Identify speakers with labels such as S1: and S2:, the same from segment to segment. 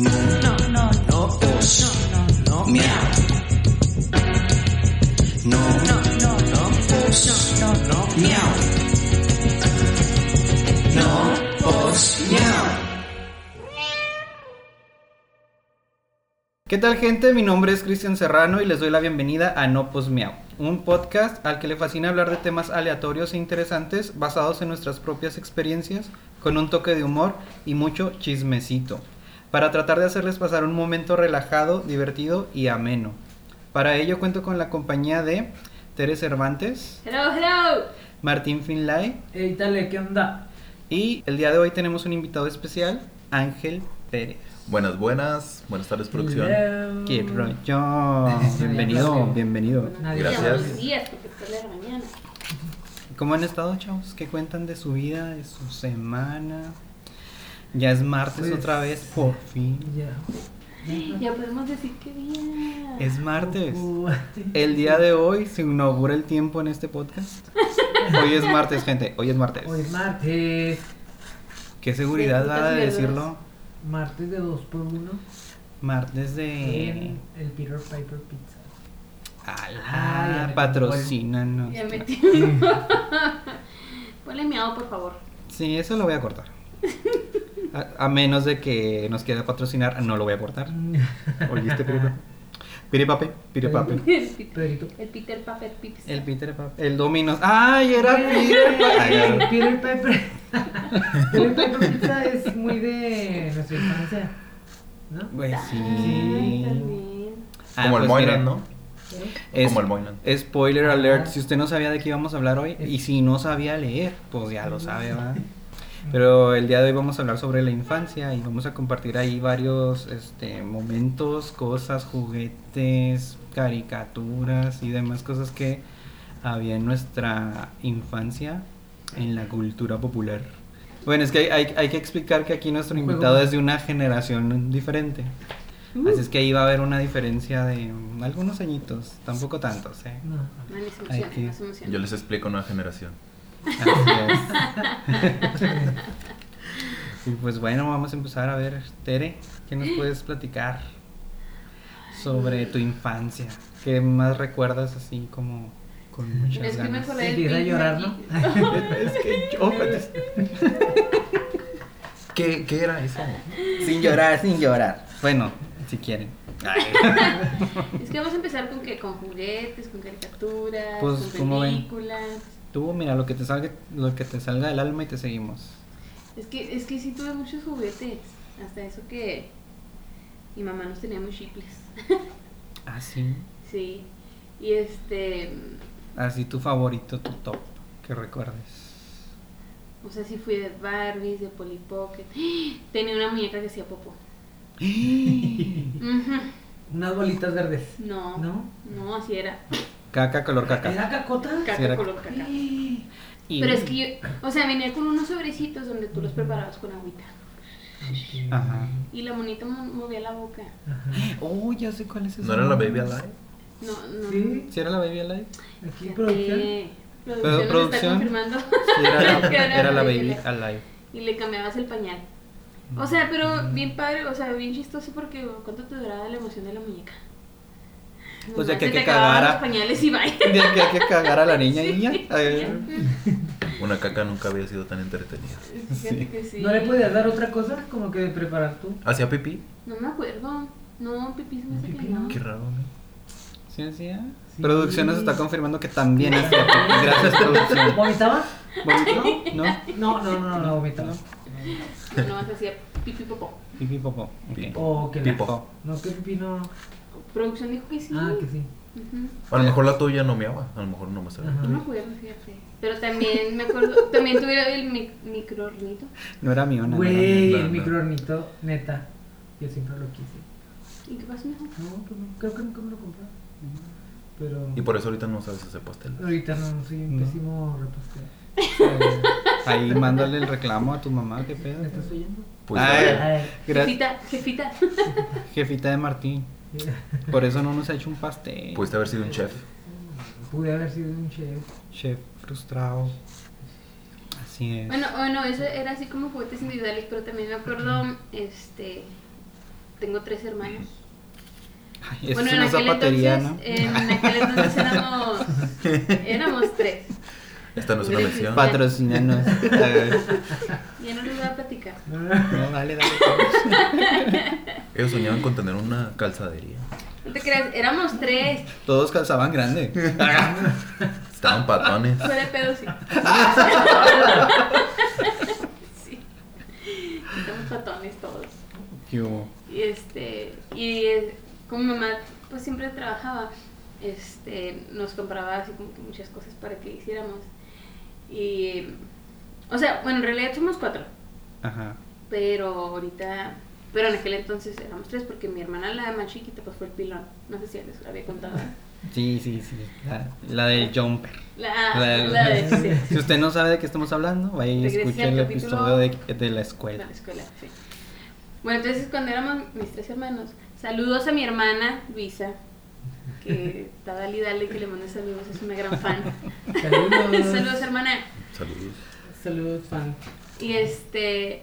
S1: No, no, no, no os. No, no, no. No, no, no, no os. No, no, miau. No os miau.
S2: ¿Qué tal gente? Mi nombre es Cristian Serrano y les doy la bienvenida a No Pos Miau, un podcast al que le fascina hablar de temas aleatorios e interesantes basados en nuestras propias experiencias, con un toque de humor y mucho chismecito, para tratar de hacerles pasar un momento relajado, divertido y ameno. Para ello cuento con la compañía de Teres Cervantes,
S3: Hello, hello.
S2: Martín Finlay
S4: Ey, dale, ¿qué onda?
S2: y el día de hoy tenemos un invitado especial, Ángel Pérez.
S5: Buenas, buenas, buenas tardes producción.
S4: Hello.
S2: ¡Qué rollo! Bienvenido, bienvenido.
S4: Nadie
S3: Buenos días,
S5: Gracias.
S3: Buenos días, porque es tarde de la mañana.
S2: ¿Cómo han estado, chavos? ¿Qué cuentan de su vida, de su semana? Ya es martes
S4: Pues-
S2: otra vez, por fin.
S4: Ya.
S3: Ya podemos decir que bien.
S2: Es martes.
S4: Uh,
S2: El día de hoy se inaugura el tiempo en este podcast. Hoy es martes, gente. Hoy es martes.
S4: Hoy es martes.
S2: ¿Qué seguridad
S3: Sí,
S2: va a
S3: putas
S2: decirlo?
S4: Martes de 2x1
S2: Martes de.
S4: en el Peter Piper Pizza. Ah, ya
S2: ¡Ala!
S4: me
S2: Patrocínanos.
S3: Ya metimos. Ponle miado, por favor.
S2: Sí, eso lo voy a cortar. A, a menos de que nos quiera patrocinar, no lo voy a cortar.
S4: ¿este
S2: ¿Oíste, Piripape? Piripape, Piripape.
S3: El Peter,
S4: Pedrito.
S3: el Peter Puffer Pips.
S2: El Peter Pan. El Dominos. ¡Ay, era Peter Pan!
S4: Peter Piper. Peter Piper Pizza es muy de nuestra infancia. ¿No?
S2: Güey,
S3: Ay,
S2: Pues sí.
S3: Ah, también.
S2: Ah,
S5: Como el
S2: pues
S5: Moynihan,
S2: miren,
S5: ¿no?
S2: es-
S5: Como el Moynihan.
S2: Spoiler alert,
S4: Ajá.
S2: si usted no sabía de qué íbamos a hablar hoy y si no sabía leer, pues ya lo sabe, ¿verdad?
S4: Pero
S2: Pero el día de hoy vamos a hablar sobre la infancia y vamos a compartir ahí varios este, momentos, cosas, juguetes, caricaturas y demás cosas que había en nuestra infancia en la cultura popular. Bueno, es que hay, hay- hay que explicar que aquí nuestro
S4: Juego.
S2: invitado es de una generación diferente. Así es que ahí va a haber una diferencia de mm, algunos añitos, tampoco tantos, ¿eh?
S4: No.
S3: No, ni se
S2: Ay,
S3: emociona,
S2: qué-
S3: no se emociona.
S5: Yo les explico nueva generación.
S2: Así es. y pues bueno, vamos a empezar a ver, Tere, ¿qué nos puedes platicar sobre tu infancia? ¿Qué más recuerdas así como con muchas
S3: Es que me
S2: ganas?
S3: acordé del
S4: Empieza a
S3: Pink
S4: llorar,
S3: Floyd.
S2: Es que yo-
S5: ¿Qué, qué era eso?
S2: sin llorar, sin llorar. Bueno, si quieren.
S3: Es que vamos a empezar con que con juguetes, con caricaturas,
S2: Pues, ¿cómo
S3: con
S2: ven?
S3: películas.
S2: Tú mira lo que te salga, lo que te salga del alma y te seguimos.
S3: Es que, es que sí tuve muchos juguetes. Hasta eso que mi mamá nos tenía muy chicles.
S2: Así,
S3: Sí. Y este.
S2: así tu favorito, tu top que recuerdes.
S3: O sea, sí fui de Barbies, de Polly Pocket. Tenía una muñeca que hacía popo. Ujú.
S4: Unas bolitas verdes.
S3: No.
S4: ¿No?
S3: No, así era.
S2: Caca color caca.
S4: ¿Era cacota?
S3: Caca
S2: Sí, era-
S3: color caca.
S4: Sí.
S3: Pero es que yo, o sea, venía con unos sobrecitos donde tú los preparabas con agüita.
S4: Ok.
S2: Ajá.
S3: Y la monita mo- movía la boca.
S4: Ajá.
S2: Oh, ya sé cuál es ese.
S5: ¿No era la Baby Alive?
S3: No, no.
S4: Sí.
S2: ¿Sí era la Baby Alive?
S4: Aquí
S3: Fíjate.
S4: producción.
S3: Producción nos
S2: producción.
S3: está confirmando.
S2: Sí, era la,
S3: que era
S2: era la
S3: Baby
S2: Baby
S3: Alive.
S2: Alive.
S3: Y le cambiabas el pañal. O sea, pero bien padre, o sea, bien chistoso porque cuánto te duraba la emoción de la muñeca.
S2: O sea,
S3: Nomás
S2: que
S3: se
S2: que
S3: te acabaran
S2: cagara.
S3: los pañales y bye.
S2: De que hay que cagar a la niña y ya. A ver.
S5: Una caca nunca había sido tan entretenida.
S3: Fíjate que sí.
S4: ¿No le podías dar otra cosa como que preparar tú?
S5: ¿Hacía pipí?
S3: No me acuerdo. No, pipí se me hace que
S4: Pipí
S3: no.
S4: no.
S5: Qué raro, ¿no?
S2: ¿Sí, hacía?
S4: Sí.
S2: Producción nos está confirmando que también es cierto. Gracias, producción.
S4: ¿Vomitaba?
S2: ¿Bonito? ¿No?
S4: No, no, no, no, no vomitaba.
S3: No, nomás hacía pipí popó.
S2: Pipi popó. Ok.
S4: O que la-
S5: Pipo.
S4: Oh, No, que pipí no.
S3: Producción dijo que sí.
S4: Ah, que sí.
S3: Ujú.
S5: A lo mejor la tuya no meaba, a lo mejor no me sabía.
S4: Ajá.
S3: No me acuerdo, fíjate. Pero también me acuerdo, también tuve el mi microornito.
S2: No era mío, no. era mío.
S4: Güey,
S5: no,
S4: el
S5: no.
S4: microornito, neta. Yo siempre lo quise.
S3: ¿Y qué pasó, mijo?
S4: No, pues no, creo que nunca me lo compré. Pero.
S5: Y por eso ahorita no sabes hacer pastel.
S4: Ahorita no, soy un
S2: No.
S4: pésimo repostero.
S2: Ahí mándale el reclamo a tu mamá, qué pedo.
S4: ¿Me estás oyendo?
S5: Pues
S2: Ay.
S5: dale.
S4: Ay.
S2: Gracias,
S3: Jefita, jefita.
S2: jefita de Martín. Por eso no nos ha hecho un pastel.
S5: Pudiste haber sido un chef.
S4: Pude haber sido un chef.
S2: Chef frustrado. Así es.
S3: Bueno, bueno, eso era así como juguetes individuales, pero también me acuerdo, este, tengo tres hermanos.
S2: Ay, eso
S3: bueno,
S2: este es
S3: en
S2: una
S3: aquel,
S2: zapatería,
S3: entonces, en aquel entonces éramos, éramos tres.
S5: Esta no es una
S3: Sí.
S2: ¿no?
S5: mención.
S3: Pa-
S2: Patrocínanos. Eh,
S3: Ya no les voy a platicar.
S2: no, dale, dale.
S5: Ellos soñaban con tener una calzadería.
S3: No te creas, éramos tres.
S2: Todos calzaban grande.
S5: Estaban patones.
S3: Fue de pedo, sí. sí. Estamos patones todos.
S2: ¿Qué hubo?
S3: Y este, y eh, como mi mamá pues siempre trabajaba, este, nos compraba así como que muchas cosas para que hiciéramos. Y, o sea, bueno, en realidad somos cuatro,
S2: Ajá.
S3: pero ahorita, pero en aquel entonces éramos tres porque mi hermana, la más chiquita, pues fue el pilón. No sé si ya les había contado.
S2: Sí, sí, sí. La, la del jumper.
S3: La,
S2: La-
S3: Ah, la de, sí, sí,
S2: Si usted no sabe de qué estamos hablando, vaya y
S3: Regrese
S2: escuche
S3: al
S2: el
S3: capítulo.
S2: episodio de, de la
S3: la
S2: escuela.
S3: de escuela, sí. Bueno, entonces cuando éramos mis tres hermanos, saludos a mi hermana Luisa, que está dale y dale que le mande saludos, es una gran fan.
S4: Saludos.
S3: saludos hermana.
S5: Saludos.
S4: Saludos, fan.
S3: Y este,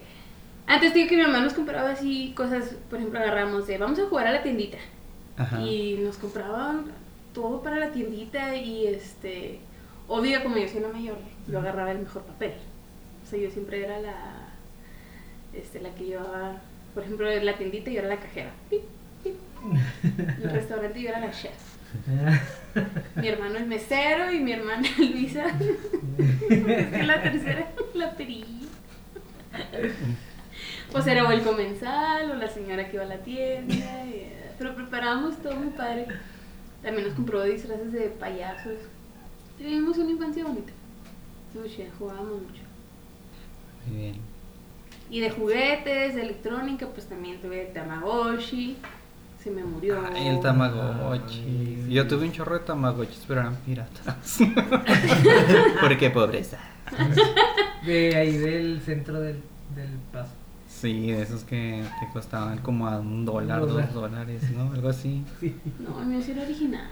S3: antes digo que mi mamá nos compraba así cosas, por ejemplo, agarramos de, vamos a jugar a la tiendita.
S2: Ajá.
S3: Y nos compraban todo para la tiendita y este, obvio como yo soy la mayor, yo agarraba el mejor papel. O sea, yo siempre era la, este, la que llevaba, por ejemplo, en la tiendita yo era la cajera. Pip, pip. En el restaurante yo era la chef. Mi hermano el mesero y mi hermana Luisa. Es la tercera, la perilla. Pues era o el comensal o la señora que iba a la tienda. y, eh, Pero preparábamos todo muy padre. También nos compró disfraces de payasos. Tuvimos una infancia bonita. Muy chida, jugábamos mucho.
S2: Muy bien.
S3: Y de juguetes, de electrónica, pues también tuve Tamagotchi. Se me murió.
S4: Ah,
S2: Ay, el Tamagotchi.
S4: Ay.
S2: Yo tuve un chorro de Tamagotchis, pero eran piratas. Porque pobreza.
S4: De ahí del centro del, del paso.
S2: Sí, de esos que te costaban como a un dólar,
S4: Un
S2: dos
S4: dólar.
S2: dólares, ¿no? Algo así.
S4: Sí.
S3: No, el mío sí era original.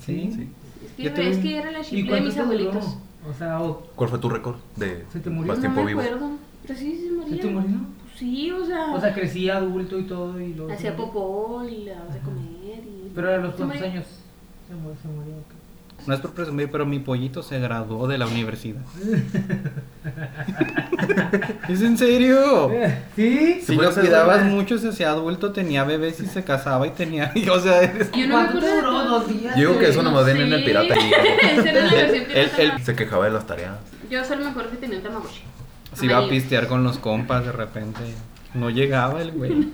S2: Sí.
S3: Es que,
S2: Yo tuve
S3: es
S2: un-
S3: que era la
S4: ¿Y
S3: chicle de
S4: cuánto
S3: mis
S4: te duró?
S3: abuelitos.
S4: O sea, o-
S5: ¿Cuál fue tu récord de
S4: Se te murió.
S5: más
S3: no
S5: tiempo
S3: me
S5: vivo?
S3: acuerdo. Pero sí, se moría.
S4: ¿Se te murió?
S3: Pues sí, o sea.
S4: o sea, crecí adulto y todo. Y luego-
S3: hacía popó y la daba de comer. Y...
S4: Pero a los
S3: Se
S4: cuántos
S3: moría.
S4: años se murió. Se murió ok.
S2: No es por presumir, pero mi pollito se graduó de la universidad. ¿Es en serio?
S4: Eh, ¿Sí?
S2: Si
S5: ¿Te
S2: lo
S5: puedes
S2: cuidabas
S5: asegurar?
S2: mucho, se hacía adulto, tenía bebés y se casaba y tenía. y, o sea, eres-
S3: Yo no me
S4: ¿Cuánto
S3: acuerdo de
S4: duró?
S3: todo.
S4: ¿Dos días?
S5: Yo digo que eso
S3: No
S5: nomás viene en
S3: sé.
S5: el pirata.
S3: Esa era la versión
S2: El-
S3: pirata.
S2: el-
S5: Se quejaba de las tareas.
S3: Yo solo me acuerdo que tenía un tamagotchi.
S2: se iba a
S3: Amarillo.
S2: pistear con los compas de repente. No llegaba el güey.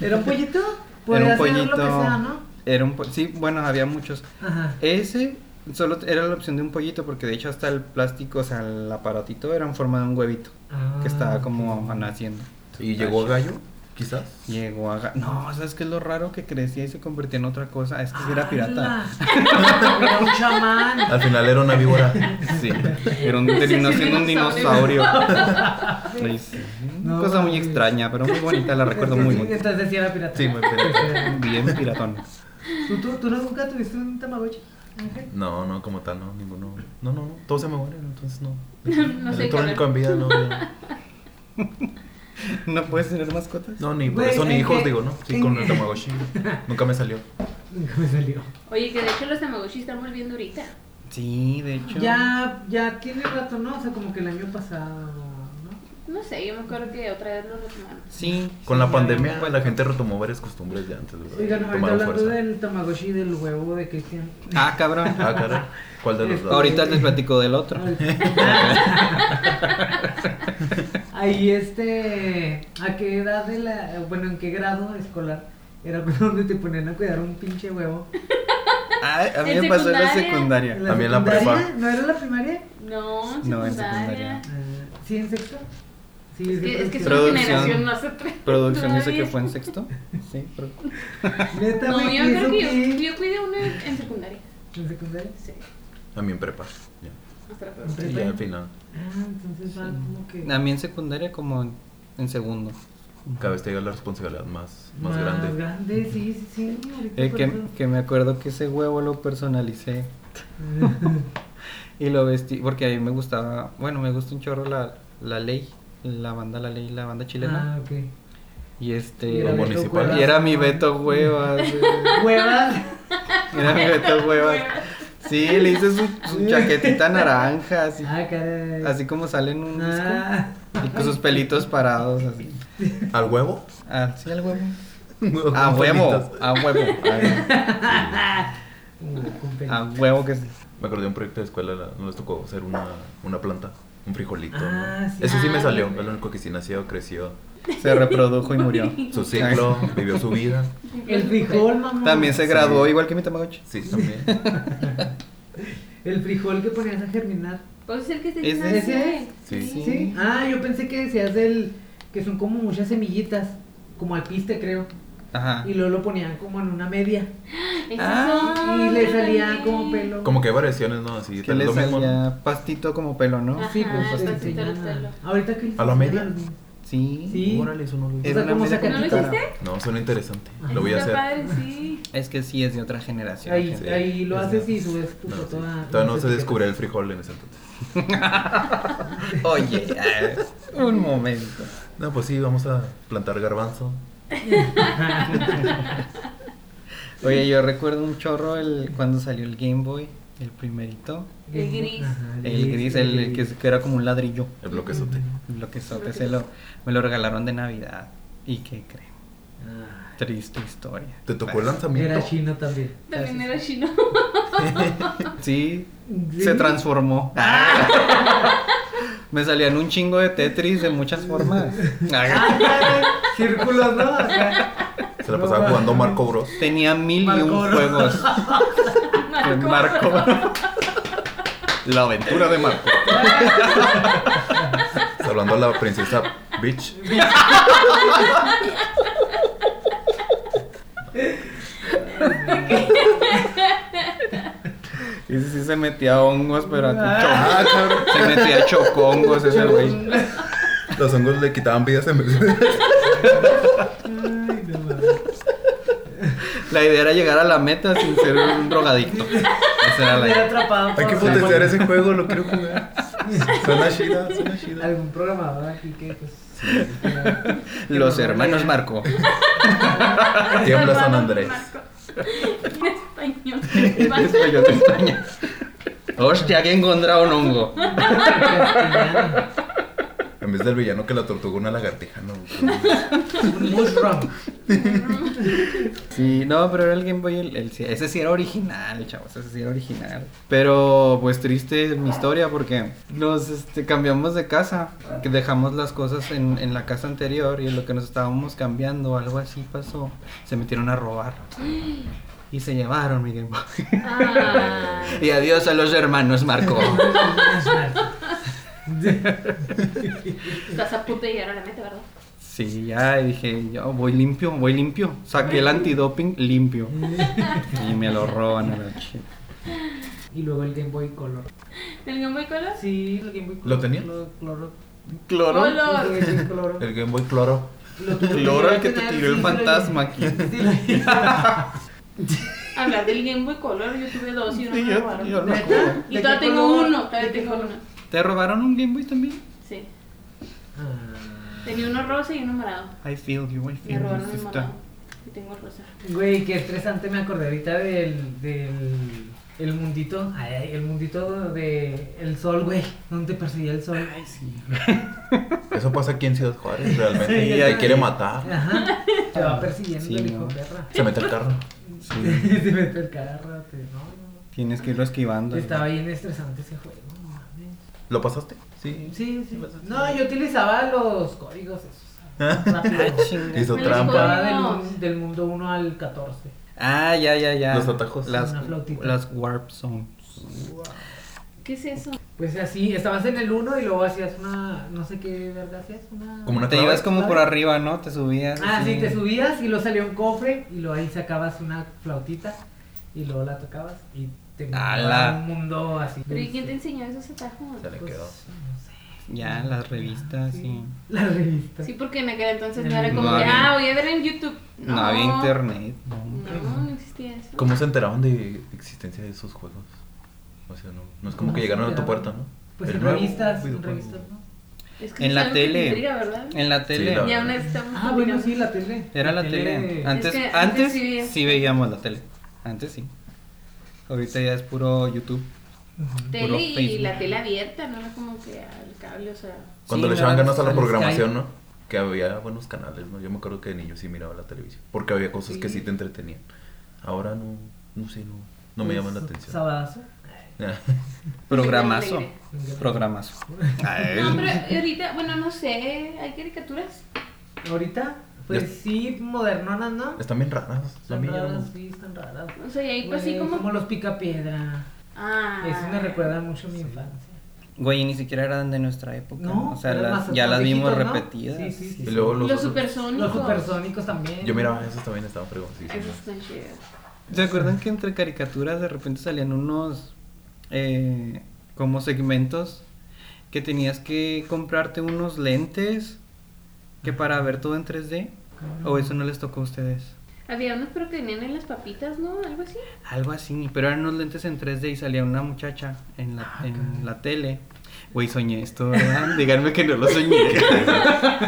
S4: ¿Era un pollito?
S2: Era un
S4: Podría ser
S2: pollito.
S4: lo que sea, ¿no?
S2: Era un po- sí, bueno, había muchos.
S4: Ajá.
S2: Ese solo era la opción de un pollito porque de hecho hasta el plástico, o sea, el aparatito era en forma de un huevito
S4: Ah,
S2: que estaba como
S4: ok.
S2: naciendo.
S5: ¿Y llegó a gallo? Quizás.
S2: Llegó a... ga- No, ¿sabes qué es lo raro? Que crecía y se convertía en otra cosa. Es que sí era pirata.
S4: ¡Hala! Ah, Era un chamán.
S5: Al final era una víbora.
S2: Sí, era un, terminó siendo un dinosaurio.
S3: dinosaurio.
S2: Ay, sí.
S4: No,
S2: cosa muy
S4: güey.
S2: extraña, pero muy bonita, la recuerdo muy
S4: Entonces,
S2: bien.
S4: Entonces sí era pirata.
S5: Sí, muy pirata.
S2: Bien piratón.
S4: ¿Tú, tú, tú nunca tuviste un Tamagotchi? Ángel?
S5: No, no, como tal, no, ninguno. No, no, no, todos se me mueren, entonces no.
S3: No sé
S5: Electrónico en vida, no. ya.
S2: ¿No puedes tener mascotas?
S5: No, ni por
S4: Güey,
S5: eso ni
S4: ¿en
S5: hijos,
S4: qué-
S5: digo, ¿no? Sí,
S4: en
S5: con
S4: qué?
S5: el Tamagotchi. Nunca me salió.
S4: Nunca me salió.
S3: Oye, que de hecho los tamagotchi están volviendo ahorita.
S2: Sí, de hecho.
S4: Ya, ya tiene rato, ¿no? O sea, como que el año pasado, ¿no?
S3: No sé, yo me acuerdo que otra vez los retomaron.
S2: Sí.
S5: Con la
S4: ya,
S5: pandemia,
S2: pues,
S4: ya.
S5: la gente retomó varias costumbres de antes, ¿verdad?
S4: Oigan, ahorita
S5: Tomaron
S4: hablando
S5: fuerza.
S4: del Tamagotchi del huevo de Cristian.
S2: Ah, cabrón.
S5: Ah, caray. ¿Cuál de los dos?
S2: Ahorita les platico del otro.
S4: Ahí este, ¿a qué edad de la, bueno, en qué grado escolar era donde te ponían a cuidar un pinche huevo?
S2: Ay, Ah,
S4: Ah,
S2: a mí
S3: ¿En
S2: me pasó en la
S3: secundaria?
S2: secundaria.
S4: la
S5: A mí en la prepa.
S4: secundaria? ¿No era la primaria?
S3: No,
S2: No, en secundaria.
S3: en secundaria.
S4: Eh, ¿Sí en sexto? Sí,
S3: Es que, es que
S4: sí.
S3: es
S2: Producción.
S3: una generación más atrás.
S2: Producción dice
S3: todavía.
S2: que fue en sexto. Sí, pero-
S4: Neta,
S3: No,
S4: güey,
S3: yo
S4: ¿y
S3: creo
S4: eso
S3: que yo,
S4: qué?
S3: yo cuidé uno en en secundaria.
S4: ¿En secundaria?
S3: Sí,
S5: A mí en prepa. Ya,
S3: hasta la
S4: ¿En
S3: próxima.
S5: Sí,
S4: prepa?
S5: ya al final.
S4: Ah, entonces van como que...
S2: A mí en secundaria como en- en segundo.
S5: Cada vez te llega la responsabilidad más, más,
S4: Más
S5: grande.
S4: grande, sí, sí, sí. ahorita
S2: Eh,
S4: por
S2: que,
S4: eso.
S2: que me acuerdo que ese huevo lo personalicé y lo vestí, porque a mí me gustaba, bueno, me gusta un chorro la, la ley, la banda La Ley, la banda chilena.
S4: Ah, ok.
S2: Y este.
S4: Y era
S5: Beto
S2: y era mi Beto Huevas. güey.
S4: Huevas.
S2: Era mi Beto Huevas. Sí, le hice su, su chaquetita naranja, así,
S4: Ah, caray.
S2: así como sale en un disco.
S4: Ah.
S2: Y con sus pelitos parados, así.
S5: ¿Al huevo?
S2: Así al huevo.
S5: No,
S2: A
S5: con
S2: Ah, huevo,
S5: palitas.
S2: a huevo. a-
S4: Uh, con peli.
S2: A huevo que sí.
S5: Me acordé de un proyecto de escuela, la- no les tocó hacer una, una planta, un frijolito. ¿no?
S4: Ah, sí.
S5: Eso sí me
S3: Ah,
S5: salió,
S3: sí.
S5: es lo único que sí nació, creció.
S2: se reprodujo y murió.
S5: Su ciclo, vivió su vida.
S4: El frijol, mamá.
S2: También se
S5: Sí.
S2: graduó igual que mi Tamagotchi.
S5: Sí, también.
S4: El frijol que ponías a germinar.
S3: Pues es el que está
S2: ¿Ese?
S3: lleno de
S4: ¿Ese?
S3: sangre.
S5: Sí.
S4: Sí.
S2: Sí.
S4: Ah, yo pensé que decías del. que son como muchas semillitas. Como alpiste, creo.
S2: Ajá.
S4: Y luego lo ponían como en una media.
S3: Ese
S2: Ah,
S4: Y
S3: son,
S4: le salía
S3: ándale.
S4: como pelo.
S5: Como que hay variaciones, ¿no? Así,
S2: Que
S5: tal-
S2: le
S5: lo mismo. ¿no?
S2: salía pastito como pelo, ¿no?
S3: Ajá.
S4: Sí, pues
S2: pues,
S4: te
S2: sí,
S4: enseñan
S3: sí,
S4: a-
S3: sí, sí.
S4: Ahorita que les
S5: ¿A la
S4: enseñan
S5: media?
S4: los niños.
S2: Sí.
S4: Sí.
S5: Órale, eso no lo vi.
S2: Es
S4: sea,
S2: una
S4: ¿cómo
S2: media
S4: saca-
S3: ¿No
S2: con
S3: lo
S2: cara.
S3: hiciste?
S5: No, suena interesante.
S4: Ay,
S5: Lo voy a
S3: Está
S5: hacer.
S3: padre, sí.
S2: Es que sí es de otra generación.
S4: Ahí,
S5: Sí.
S4: ahí lo
S5: Es
S4: haces
S5: la-
S4: y subes tu
S5: No,
S4: foto
S5: sí.
S4: a-
S5: Todavía no se
S4: etiquetas.
S5: descubrió el frijol en ese entonces.
S2: Oye, ah, un momento.
S5: No, pues sí, vamos a plantar garbanzo.
S2: Oye, yo recuerdo un chorro el cuando salió el Game Boy, el primerito.
S3: El gris.
S4: Ajá,
S2: El gris, el, el que, que era como un ladrillo.
S5: El bloquezote.
S4: Mm.
S2: Lo que sote, se lo, me lo regalaron de Navidad. ¿Y qué creen?
S4: Ah,
S2: Triste historia.
S5: ¿Te tocó el lanzamiento?
S4: Era chino también.
S3: También era chino.
S2: Sí,
S4: Sí. Ah.
S2: se transformó. Me salían un chingo de Tetris de muchas formas. Ah,
S4: Ah, Círculos, ¿no? Acá.
S5: Se la pasaba jugando Marco Bros.
S2: Tenía mil y
S4: Marco
S2: un
S4: Oro.
S2: juegos. Pues Que Marco. La aventura de Marco.
S5: Salvando a la princesa Bitch.
S2: Ese sí se metía a hongos, pero a tu
S4: Ah,
S2: chongo. Se metía a chocongos ese güey.
S5: Los hongos le quitaban vidas en vez de...
S4: Ay, no mames.
S2: La idea era llegar a la meta sin ser un drogadicto. Esa era la
S4: Era
S2: idea.
S4: atrapado
S5: Hay que
S4: por-
S5: potenciar ese juego, lo quiero jugar. Suena chida, suena chida.
S4: Algún programador aquí que pues.
S2: Los hermanos Marco.
S5: Tiembla San Andrés.
S3: En español.
S2: Después yo te extraño. Hostia, que he encontrado un hongo.
S5: En vez del villano que la tortuga, una lagartija, no.
S4: Un mushroom.
S2: Sí, no, pero era el Game Boy, el, el- sí, ese sí era original, chavos, ese sí era original. Pero pues triste mi historia porque nos este, cambiamos de casa, que dejamos las cosas en, en la casa anterior y en lo que nos estábamos cambiando, algo así pasó, se metieron a robar. Y se llevaron mi Game Boy.
S3: Ah.
S2: y adiós a los hermanos Marco.
S3: Estás a punto de llegar a la meta, ¿verdad?
S2: Sí, ya y dije, yo voy limpio, voy limpio. Saqué el antidoping limpio. y me lo roban a la chi-
S4: y luego el Game Boy Color. Ah,
S3: ¿El Game Boy Color?
S4: Sí, el Game Boy Color.
S5: ¿Lo tenía?
S4: Lo- Cloro.
S2: Cloro.
S3: Color.
S4: El Game Boy Color.
S5: El Game Boy Cloro.
S4: Lo tuve
S2: Cloro el
S4: llegar
S2: que
S4: a
S2: te
S4: tener,
S2: tiró el
S4: sí,
S2: fantasma aquí.
S4: lo- sí, Ah. lo llegué a
S3: Hablar del Game Boy Color, yo tuve dos y uno
S2: Sí,
S3: me
S2: yo-
S3: robaron.
S2: yo no.
S4: tener. ¿Neta?
S3: Y
S4: ¿De
S3: todavía
S4: qué
S3: tengo
S4: color?
S3: uno, todavía
S4: ¿De qué
S3: tengo
S4: color?
S3: uno.
S2: ¿Te robaron un Game Boy también?
S3: Sí.
S4: Ah.
S3: Tenía uno rosa y uno morado.
S2: I feel you, I
S3: Me
S2: feel
S3: robaron
S2: you,
S4: este
S3: el
S2: sister.
S3: morado. Y tengo el rosa.
S4: Güey, qué estresante me acordé ahorita del, del el mundito, ay, ay, el mundito de el sol, güey, donde te perseguía el sol.
S5: Eso pasa aquí en Ciudad Juárez, realmente.
S4: Sí,
S5: Y
S4: ya
S5: ahí
S4: sé.
S5: quiere matar.
S4: Ajá. Te va persiguiendo
S2: Sí,
S4: el hijo
S2: no.
S4: perra.
S5: Se mete el carro.
S2: Sí,
S4: Te mete el carro, te no, no.
S2: tienes que irlo esquivando.
S4: Estaba bien estresante ese juego, no mames.
S5: ¿Lo pasaste? Sí.
S4: Sí, sí. No, yo utilizaba los códigos esos.
S2: Ah,
S4: Rápido.
S2: chinga.
S5: Hizo
S3: Me los
S5: trampa.
S4: Jugaba del, mun- del mundo 1 al 14.
S2: Ah, ya, ya, ya.
S5: Los atajos.
S2: Las,
S4: Una flautita.
S2: las warp zones.
S3: ¿Qué es eso?
S4: Pues así, estabas en el 1 y luego hacías una, no sé qué verga hacías, una...
S5: Como una
S2: Te
S5: clave.
S2: ibas como por arriba, ¿no? Te subías.
S4: Ah,
S2: así.
S4: sí, te subías y luego salía un cofre y luego ahí sacabas una flautita y luego la tocabas y te
S2: ¡Hala!
S4: a un mundo así.
S3: ¿Pero y quién te
S4: dulce.
S3: enseñó esos atajos?
S5: Se le
S4: Pues,
S5: quedó. Ah,
S4: no sé.
S2: Ya, las revistas, sí.
S4: La revista.
S3: Sí, porque en aquel entonces no era como,
S2: No
S3: que,
S2: había-
S3: ah, voy a ver en YouTube.
S2: No. había internet. no.
S3: No, no existía eso.
S5: ¿Cómo se enteraron de existencia de esos juegos? O sea, no, no es como
S4: No
S5: que
S4: se
S5: llegaron a tu
S4: enteraron.
S5: puerta, ¿no?
S4: Pues
S5: El
S4: en
S5: nuevo
S4: revistas, en
S5: videojuego.
S4: revistas, ¿no?
S3: Es
S2: En
S3: sí
S2: la
S3: es algo que te
S2: tele.
S3: Intriga, ¿verdad?
S2: En la tele.
S5: la-
S3: Ya aún estamos
S4: Ah, bueno, sí, la tele.
S2: Era la tele. Antes,
S3: Es que
S2: antes,
S3: antes sí
S2: sí,
S3: veías.
S2: veíamos la tele. Antes sí. Ahorita ya es puro YouTube. puro
S3: Tele y
S2: Facebook.
S3: la tele abierta, no era como que al cable, o sea.
S5: Cuando
S2: Sí,
S5: le echaban
S2: nada,
S5: ganas a la
S2: al
S5: programación,
S2: Sky.
S5: ¿no? Que había buenos canales, ¿no? Yo me acuerdo que de niño sí miraba la televisión. Porque había cosas que sí te entretenían. Ahora no, no sé, no, no
S4: Pues,
S5: me llaman la atención.
S4: Sabadazo.
S2: Programazo.
S3: alegre.
S2: Programazo.
S3: No, pero ahorita, bueno, no sé, ¿hay caricaturas?
S4: Ahorita,
S5: Ya.
S4: pues sí, modernonas, ¿no?
S5: Están bien raras. La
S4: Están
S5: mía no.
S4: raras, sí, están raras.
S3: O sea, y ahí pues así
S4: Güey,
S3: como...
S4: Como los picapiedra.
S3: Ah.
S4: Eso me recuerda mucho a mi infancia.
S2: Güey, ni siquiera eran de nuestra época.
S4: No,
S2: o sea,
S4: eran
S2: las-
S4: más
S2: ya las vimos
S4: viejitos, ¿no?
S2: repetidas.
S4: Sí, sí, sí.
S5: Y luego los,
S3: Los
S5: otros-
S3: supersónicos.
S4: Los supersónicos también.
S5: Yo miraba esos también estaban fregoncísimos.
S3: Esos están chidos.
S2: ¿Se acuerdan que entre caricaturas de repente salían unos eh, como segmentos que tenías que comprarte unos lentes que para ver todo en 3D?
S4: Ah,
S2: ¿O eso no les tocó a ustedes?
S3: Había unos pero que venían en las papitas, ¿no? Algo así.
S2: Algo así, pero eran unos lentes en 3D y salía una muchacha en
S4: Ah,
S2: la, en la tele. Güey, soñé esto, ¿verdad? Díganme que no lo soñé.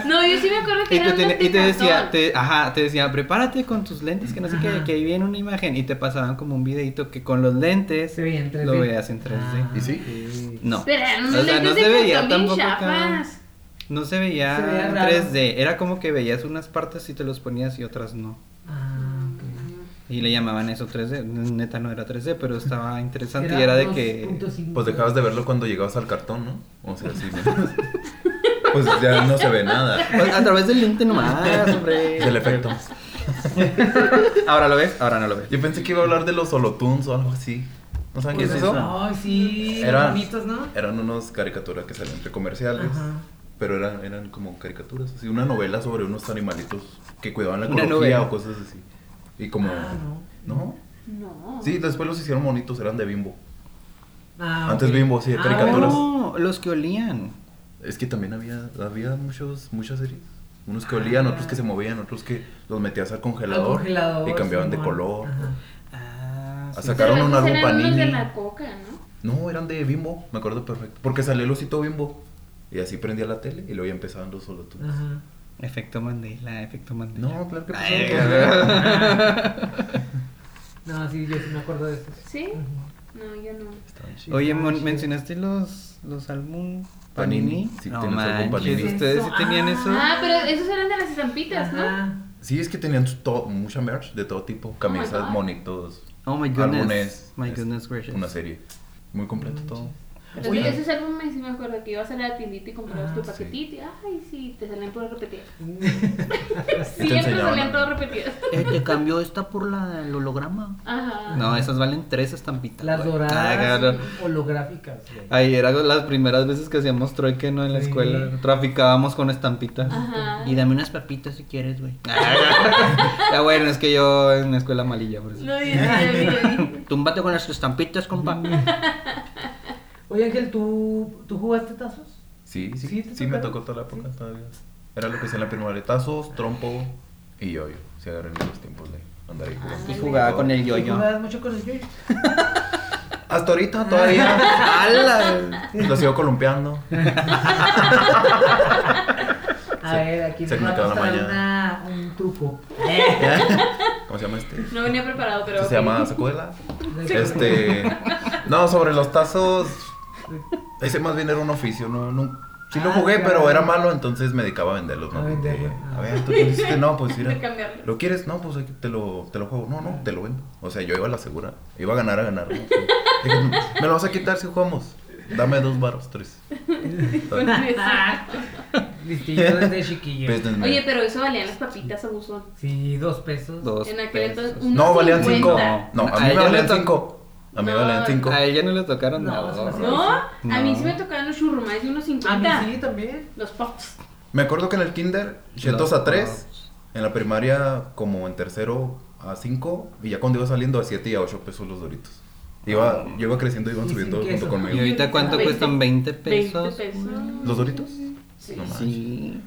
S3: No, yo sí me acuerdo que
S2: y, te
S3: eran
S2: tenía-
S3: unos de
S2: y te decía,
S3: cartón.
S2: te- ajá, te decía, prepárate con tus lentes, que no sé qué,
S4: Ajá.
S2: que ahí viene una imagen. Y te pasaban como un videito que con los lentes
S4: Se veía en 3D.
S2: lo veías en 3D.
S4: Ah,
S5: ¿Y sí?
S4: ok.
S2: No.
S3: Pero eran unos
S2: O sea, no
S3: lentes de
S2: se veía
S3: cartón bien
S2: tampoco acá.
S3: chafas.
S2: No se veía,
S4: Se veía
S2: en
S4: raro.
S2: 3D, era como que veías unas partes y te los ponías y otras no.
S4: Ah, ok.
S2: Y le llamaban eso 3D, neta no era 3D, pero estaba interesante y
S4: Era
S2: era de
S4: 2.5.
S2: que...
S5: Pues dejabas de verlo cuando llegabas al cartón, ¿no? O sea, sí. ¿no? pues ya no se ve nada.
S2: Pues, a través del lente nomás, hombre.
S5: Del efecto.
S2: Ahora lo ves, ahora no lo ves.
S5: Yo pensé que iba a hablar de los holotunes o algo así. ¿No saben qué
S2: Pues
S5: es
S2: eso.
S5: eso?
S4: Ay, sí,
S5: Eran-
S4: bonitos, ¿no?
S5: Eran unos caricaturas que salían entre comerciales.
S4: Ajá.
S5: Pero eran, eran como caricaturas, así, una novela sobre unos animalitos que cuidaban la
S2: Una
S5: ecología
S2: novela.
S5: o cosas así. Y como.
S4: Ah,
S5: no.
S3: No.
S5: Sí, después los hicieron bonitos, eran de bimbo.
S4: Ah,
S5: Antes
S4: ok.
S5: Bimbo, sí,
S4: Ah,
S5: caricaturas.
S4: bueno.
S2: No, los que olían.
S5: Es que también había, había muchos, muchas series. Unos que olían, otros que se movían, otros que los metías al
S4: Al
S5: congelador,
S4: congelador.
S5: y cambiaban de
S4: Simón.
S5: color.
S4: Ajá.
S2: Ah,
S5: A
S2: sí.
S5: sacar- sacaron un
S3: Pero esos
S5: álbum
S3: eran unos
S5: Panini.
S3: de la coca, ¿no?
S5: No, eran de bimbo, me acuerdo perfecto. Porque salía el osito bimbo. Y así prendía la tele y luego ya empezaban los solo tú.
S4: Ajá.
S2: Efecto Mandela, efecto Mandela.
S5: No, claro que
S2: Ay,
S5: pasaba.
S4: Ah, No, sí, yo sí me acuerdo de eso.
S3: ¿Sí? No, yo no.
S5: Estaban chidos.
S2: Oye, mon-
S4: Sí.
S2: mencionaste los, los álbum
S5: Panini.
S2: Panini.
S5: Sí,
S2: no
S5: tienes álbum
S2: manches,
S5: Panini.
S2: ustedes sí
S4: Eso,
S2: tenían
S4: ah.
S2: eso.
S3: Ah, pero esos eran de las estampitas, ¿no?
S4: Ajá.
S5: Sí, es que tenían su- to- mucha merch de todo tipo.
S3: Oh my
S5: Camisas,
S3: God.
S5: monitos,
S2: Oh my goodness.
S5: álbumes.
S2: My
S5: es-
S2: goodness gracious.
S5: Una serie. Muy completo todo.
S3: Pero
S4: Oye.
S3: esos álbumes sí me acuerdo que ibas a la tiendita y comprabas
S4: Ah,
S3: tu
S5: sí.
S3: paquetito. y, Ay, sí, te salían por repetir.
S5: te
S3: Siempre
S5: enseñaban
S3: salían
S5: algo.
S3: todos repetidos.
S2: Eh, te cambió esta por la del holograma.
S3: Ajá.
S2: No, esas valen tres estampitas.
S4: Las
S2: güey.
S4: doradas
S2: Ah, cabrón.
S4: holográficas. güey.
S2: Ahí eran las primeras veces que hacíamos trueque, ¿no? En la
S4: Sí.
S2: escuela. Traficábamos con estampitas.
S3: Ajá.
S2: Y dame unas papitas si quieres, güey. ya bueno, es que yo en la escuela malilla, por eso.
S3: No, yo sí, ya vi, ya vi.
S2: Túmbate con las estampitas, compa.
S4: Oye, Ángel, ¿tú, ¿tú jugaste tazos?
S5: Sí, sí,
S4: Sí,
S5: sí,
S4: te
S5: me
S4: tocaron.
S5: tocó toda la época todavía. Era lo que hacía en la primaria, tazos, trompo y yo-yo. Se agarré en los tiempos de andar ahí jugando.
S2: Y jugaba con el
S4: ¿Tú
S2: yo-yo.
S4: ¿Jugabas mucho con el yo-yo?
S5: Hasta ahorita todavía
S2: ¡Hala!
S5: lo sigo columpiando.
S4: A
S5: Se-
S4: ver, aquí
S5: se
S4: nos va a
S5: conectaba la
S4: mostrar
S5: mañana.
S4: una, un truco. Eh,
S5: ¿Cómo se llama este?
S3: No venía preparado, pero.
S5: Se llama Sacuela. Este. No, sobre los tazos. Ese más bien era un oficio, no, no. Sí lo
S4: Ah,
S5: jugué,
S4: claro.
S5: pero era malo, entonces me dedicaba a venderlos,
S4: A
S5: ¿no?
S4: venderlo,
S5: De,
S4: ah.
S5: a ver, tú qué hiciste, no, pues mira.
S3: De cambiarlo.
S5: ¿Lo quieres? No, pues aquí te lo, te lo juego. No,
S4: Ah.
S5: no, te lo vendo. O sea, yo iba a la segura. Iba a ganar a ganar. ¿no? Dije, me lo vas a quitar si jugamos. Dame dos baros, tres.
S3: Con eso.
S5: Ah.
S4: Listillo Ah. desde chiquillo.
S2: Pues
S5: Pésenme.
S3: Oye, pero eso valían las papitas a buzón.
S4: Sí, dos pesos.
S2: Dos
S3: En aquel entonces,
S2: pesos.
S3: un-
S5: No, valían cinco.
S2: cincuenta.
S5: No, a
S2: A
S5: mí me
S2: ella le
S5: valían
S2: to-
S5: cinco. A mí me
S3: No.
S5: valían cinco.
S2: A ella no le tocaron
S4: No,
S2: nada.
S4: se me hace
S3: ¿No? A mí sí me
S2: No.
S3: tocaban los churrumais de unos
S4: A
S3: 50.
S4: mí Ah, sí, también.
S3: Los pops.
S5: Me acuerdo que en el kinder, chetos
S2: Los
S5: a tres.
S2: pops.
S5: En la primaria, como en tercero a cinco. Y ya cuando iba saliendo, a siete y a ocho pesos los doritos. Iba, yo iba creciendo, iban
S4: Y sin
S5: subiendo
S4: queso.
S5: junto
S2: Ah. ¿Y
S5: conmigo.
S2: ahorita cuánto
S3: Veinte.
S2: cuestan? ¿20
S3: 20
S2: pesos?
S3: pesos.
S5: ¿Los doritos?
S3: Sí.
S5: No manches.
S2: Sí.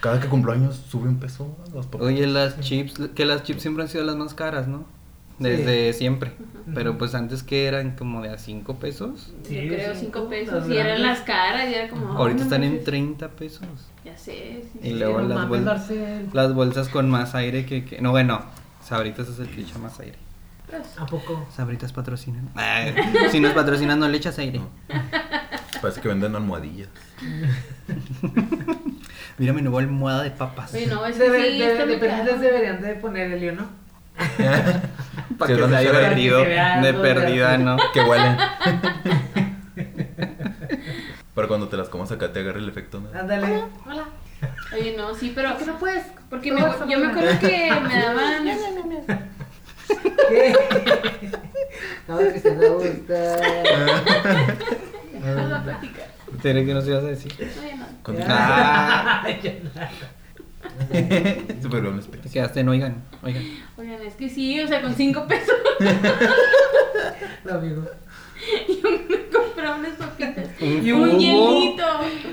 S5: Cada que cumplo años sube un peso. Los papás.
S2: Oye, las chips, que las chips siempre han sido las más caras, ¿no? desde siempre.
S4: Ujú.
S2: Pero pues antes que eran como de a 5 pesos.
S4: Sí,
S3: yo creo
S4: sí,
S3: 5
S4: puta,
S3: pesos. Y
S4: grande.
S3: eran las caras, y era como.
S2: Ahorita
S3: "Ah,
S2: están
S3: no
S2: en Eh.
S3: manches".
S2: 30 pesos.
S3: Ya sé. sí,
S2: Y
S3: sí.
S2: luego
S4: no
S2: las
S4: mames,
S2: vuel-
S4: Marcel.
S2: Las bolsas con más aire que... que- No, bueno, Sabritas es el que echa más aire.
S3: Pues,
S4: ¿A poco?
S2: Sabritas patrocinan. Ay, si nos patrocinan no le echas aire.
S5: No. Parece que venden almohadillas.
S2: Mira mi nueva almohada de papas.
S3: Oye, no, es que
S4: pues. Debe,
S3: Pues sí,
S4: debe-
S3: está muy
S4: de perdidas
S3: caro.
S4: deberían de poner el lío, ¿no?
S2: Para
S5: Sí,
S2: que se
S5: donde
S2: haya
S5: se vea-
S2: perdido.
S4: que se vea
S2: De
S4: algo de
S2: perdida,
S4: azul.
S2: ¿no?
S5: Que huelen. Para cuando te las comas acá te agarre el efecto. ¿no?
S4: Ándale.
S3: Hola. Oye, no, sí, pero.
S4: ¿Por qué no puedes?
S3: Porque me- yo me acuerdo que me daban.
S4: ¿Qué? No, es que se me gusta.
S3: Déjalo a platicar.
S2: Tiene que nos ibas a decir.
S3: Oye, no.
S5: Continúa.
S2: Ah,
S5: Se perdió un
S2: te
S5: espejo.
S2: quedaste en oigan, oigan.
S3: Oigan, es que sí, o sea, con 5 pesos
S4: No, amigo.
S3: yo me compré unas papitas.
S2: Un
S4: Y
S3: Un
S2: jugo,
S3: hielito.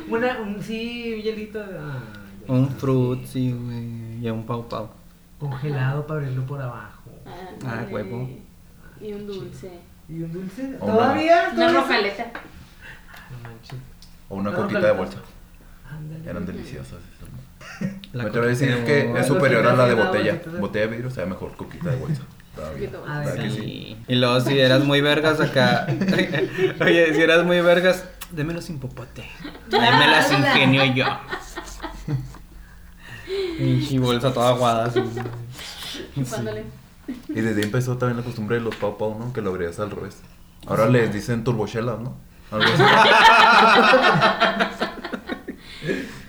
S4: Una, un sí, un hielito. Ay, güey,
S2: Un
S4: sí.
S2: fruit, sí, güey. Y un pau pau.
S4: Congelado para abrirlo por abajo.
S2: Ah, huevo.
S3: Y un dulce.
S4: ¿Y un dulce?
S5: O una-
S4: ¿Todavía?
S3: Una
S4: ¿Todavía?
S3: rocaleta.
S4: No manches.
S5: O una
S4: No,
S5: coquita
S4: no,
S5: de
S4: no.
S5: bolsa.
S4: Ándale.
S5: Eran deliciosas. esas, ¿no?
S2: La
S5: Me atrevo
S2: coquita
S5: a decir
S2: de
S5: que
S2: bola.
S5: es superior a la de botella.
S4: Coquita de bola.
S5: Botella de vidrio sabe mejor coquita de bolsa. Está bien.
S4: Ah,
S5: Está que
S4: sí.
S5: sí.
S2: Sí. Y luego si eras muy vergas acá. Oye, si eras muy vergas, démelo sin popote. Ahí me las ingenio yo. Y bolsa toda aguada. así.
S3: Chupándole.
S5: Y desde ahí empezó también la costumbre de los pau pau, ¿no? Que lo abrías al revés. Ahora les dicen turbochelas, ¿no? Algo así.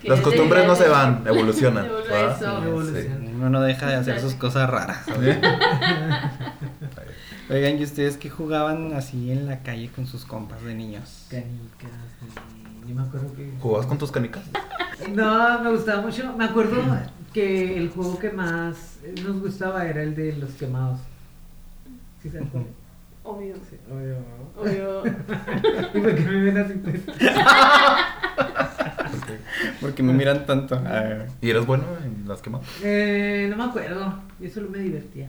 S3: Que
S5: Las
S3: ya
S5: costumbres
S3: te-
S5: no se van, evolucionan.
S3: Se vuelve
S5: ¿va?
S3: eso.
S4: Evoluciona.
S2: Uno no deja de hacer sus cosas raras. Oigan, ¿y ustedes qué jugaban así en la calle con sus compas de niños?
S4: Canicas. Yo me acuerdo que.
S5: ¿Jugabas con tus canicas?
S4: No, me gustaba mucho. Me acuerdo que el juego que más nos gustaba era el de los quemados. Sí, se acuerdan?
S3: Obvio.
S4: Sí, obvio, ¿no?
S3: Obvio.
S4: ¿Y por qué me ven así? pues?
S2: Porque me miran tanto. Ah,
S5: ¿Y eras bueno en las quemadas?
S4: Eh, no me acuerdo. Yo solo me divertía.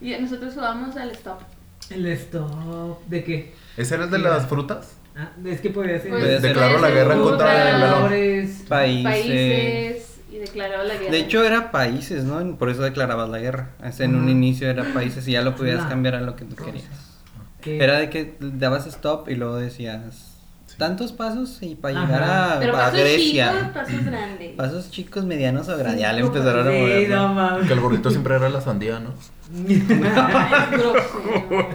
S3: Y nosotros jugamos al stop.
S4: El stop. ¿De qué?
S5: ¿Ese era el de
S4: Sí,
S5: las
S4: era.
S5: frutas?
S4: Ah, es que podía ser.
S3: Pues,
S2: De-
S5: declaró la guerra
S3: frutas,
S5: contra el melón.
S4: Flores.
S2: Países.
S3: Países. Y declaró la guerra.
S2: De hecho era países, ¿no? Por eso declarabas la guerra. O sea, en un
S4: Ujú.
S2: inicio era países y ya lo podías
S4: Claro.
S2: cambiar a lo que tú querías.
S4: que-
S2: Era de que dabas stop y luego decías tantos pasos y para llegar
S4: Ajá.
S2: a,
S3: Pero
S2: a
S3: pasos
S2: Grecia.
S3: chicos, pasos grandes.
S2: Pasos chicos, medianos o grandes. Ya le
S4: Sí,
S2: empezaron a mover.
S4: no
S2: ¿no?
S4: mames.
S5: Que el gordito siempre era la sandía, ¿no?
S3: Ay, grosero.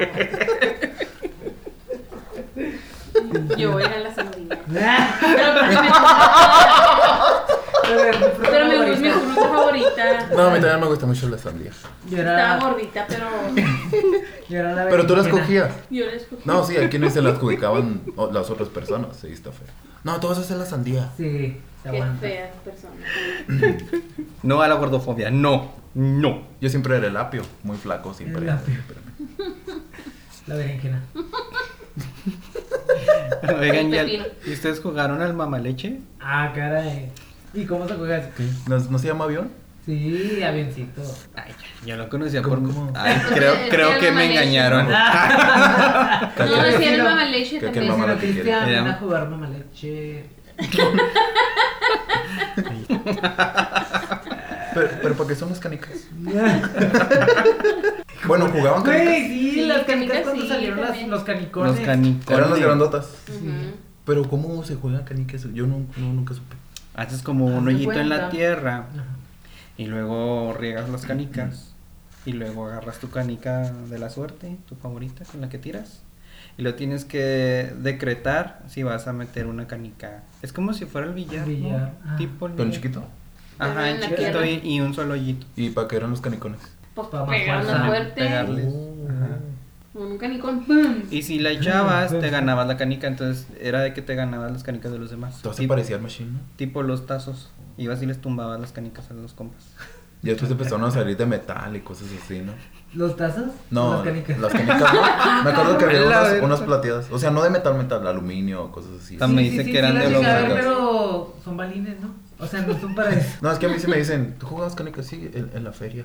S3: Yo era la sandía. Pero me gusta mi fruta favorita.
S5: No, a mí también me gusta mucho la sandía.
S4: Yo
S3: Estaba
S4: era,
S3: gordita, pero
S4: yo era la
S5: Pero tú las
S4: berenjena.
S5: cogías.
S3: yo la escogí.
S5: No, sí, a quienes se las adjudicaban o- las otras personas. Sí, está feo. No, todas hacen la sandía.
S4: Sí, te
S3: Qué
S4: aguantas.
S3: fea persona.
S2: No a la gordofobia, no, no.
S5: Yo siempre era el apio, muy flaco, siempre.
S4: El apio. La berenjena.
S2: Oigan,
S3: El
S2: ¿y al-
S3: pepino.
S2: ¿y ustedes jugaron al mamaleche?
S4: Ah, caray. ¿Y cómo se juega eso?
S5: ¿No, no se llama avión?
S4: Sí, avioncito.
S2: Ay, ya, yo lo conocía
S5: ¿Cómo,
S2: por...
S5: cómo?
S2: Ay, creo,
S3: Era
S2: creo
S3: el
S2: que me
S3: mamaleche.
S2: engañaron.
S4: Ah,
S3: No,
S5: Creo que-
S3: si era
S4: no.
S3: mamá leche
S5: Creo que
S3: también.
S5: Ah, mamá-
S4: Mamá
S5: lo que
S4: Cristian,
S2: quiere.
S4: ven a jugar mamá leche.
S5: Pero, pero ¿para qué son las canicas? Bueno, jugaban canicas.
S4: Güey, sí,
S3: Sí,
S4: las
S3: canicas
S4: canicas cuando
S3: sí,
S4: salieron las,
S3: también.
S4: los canicones.
S2: Los canicones.
S5: Eran las grandotas.
S3: Ujú.
S5: Pero ¿cómo se juegan canicas? Yo no, no- nunca supe.
S2: Haces como
S4: Haz
S2: un
S4: de
S2: hoyito en la
S4: cuenta.
S2: tierra
S4: Ajá.
S2: y luego riegas las canicas y luego agarras tu canica de la suerte, tu favorita con la que tiras. Y lo tienes que decretar si vas a meter una canica. Es como si fuera el billar,
S4: El billar,
S2: ¿no?
S4: ah.
S2: Tipo el
S5: Pero en
S2: billar.
S5: chiquito.
S2: Ajá, en
S3: En la
S2: chiquito
S3: tierra.
S2: y, y un solo hoyito.
S5: ¿Y para qué eran los canicones?
S3: Pues
S4: Para
S3: pegando
S4: bajar,
S3: fuerte.
S2: pegarle. Darles.
S5: Oh.
S2: Ajá.
S3: Como nunca ni con ¡pum!
S2: Y si la echabas, te ganabas la canica. Entonces era de que te ganabas las canicas de los demás.
S5: Todo se
S2: Tipo,
S5: parecía al machine, ¿no?
S2: tipo los tazos. Ibas y les tumbabas las canicas a los compas.
S5: Y después empezaron a salir de metal y cosas así, ¿no?
S4: ¿Los tazos?
S5: No,
S4: Las canicas.
S5: las canicas no. Me acuerdo que había
S2: La
S5: unas,
S2: verga.
S5: unas plateadas. O sea, no de metal, metal, aluminio, cosas así.
S2: También. me dice que eran
S4: las
S5: de
S4: llegué
S5: los
S4: a ver,
S5: vergas.
S4: pero son balines, ¿no? O sea, no son para eso.
S5: No, es que a mí sí me dicen, ¿tú jugabas canicas? Sí, en, en la feria.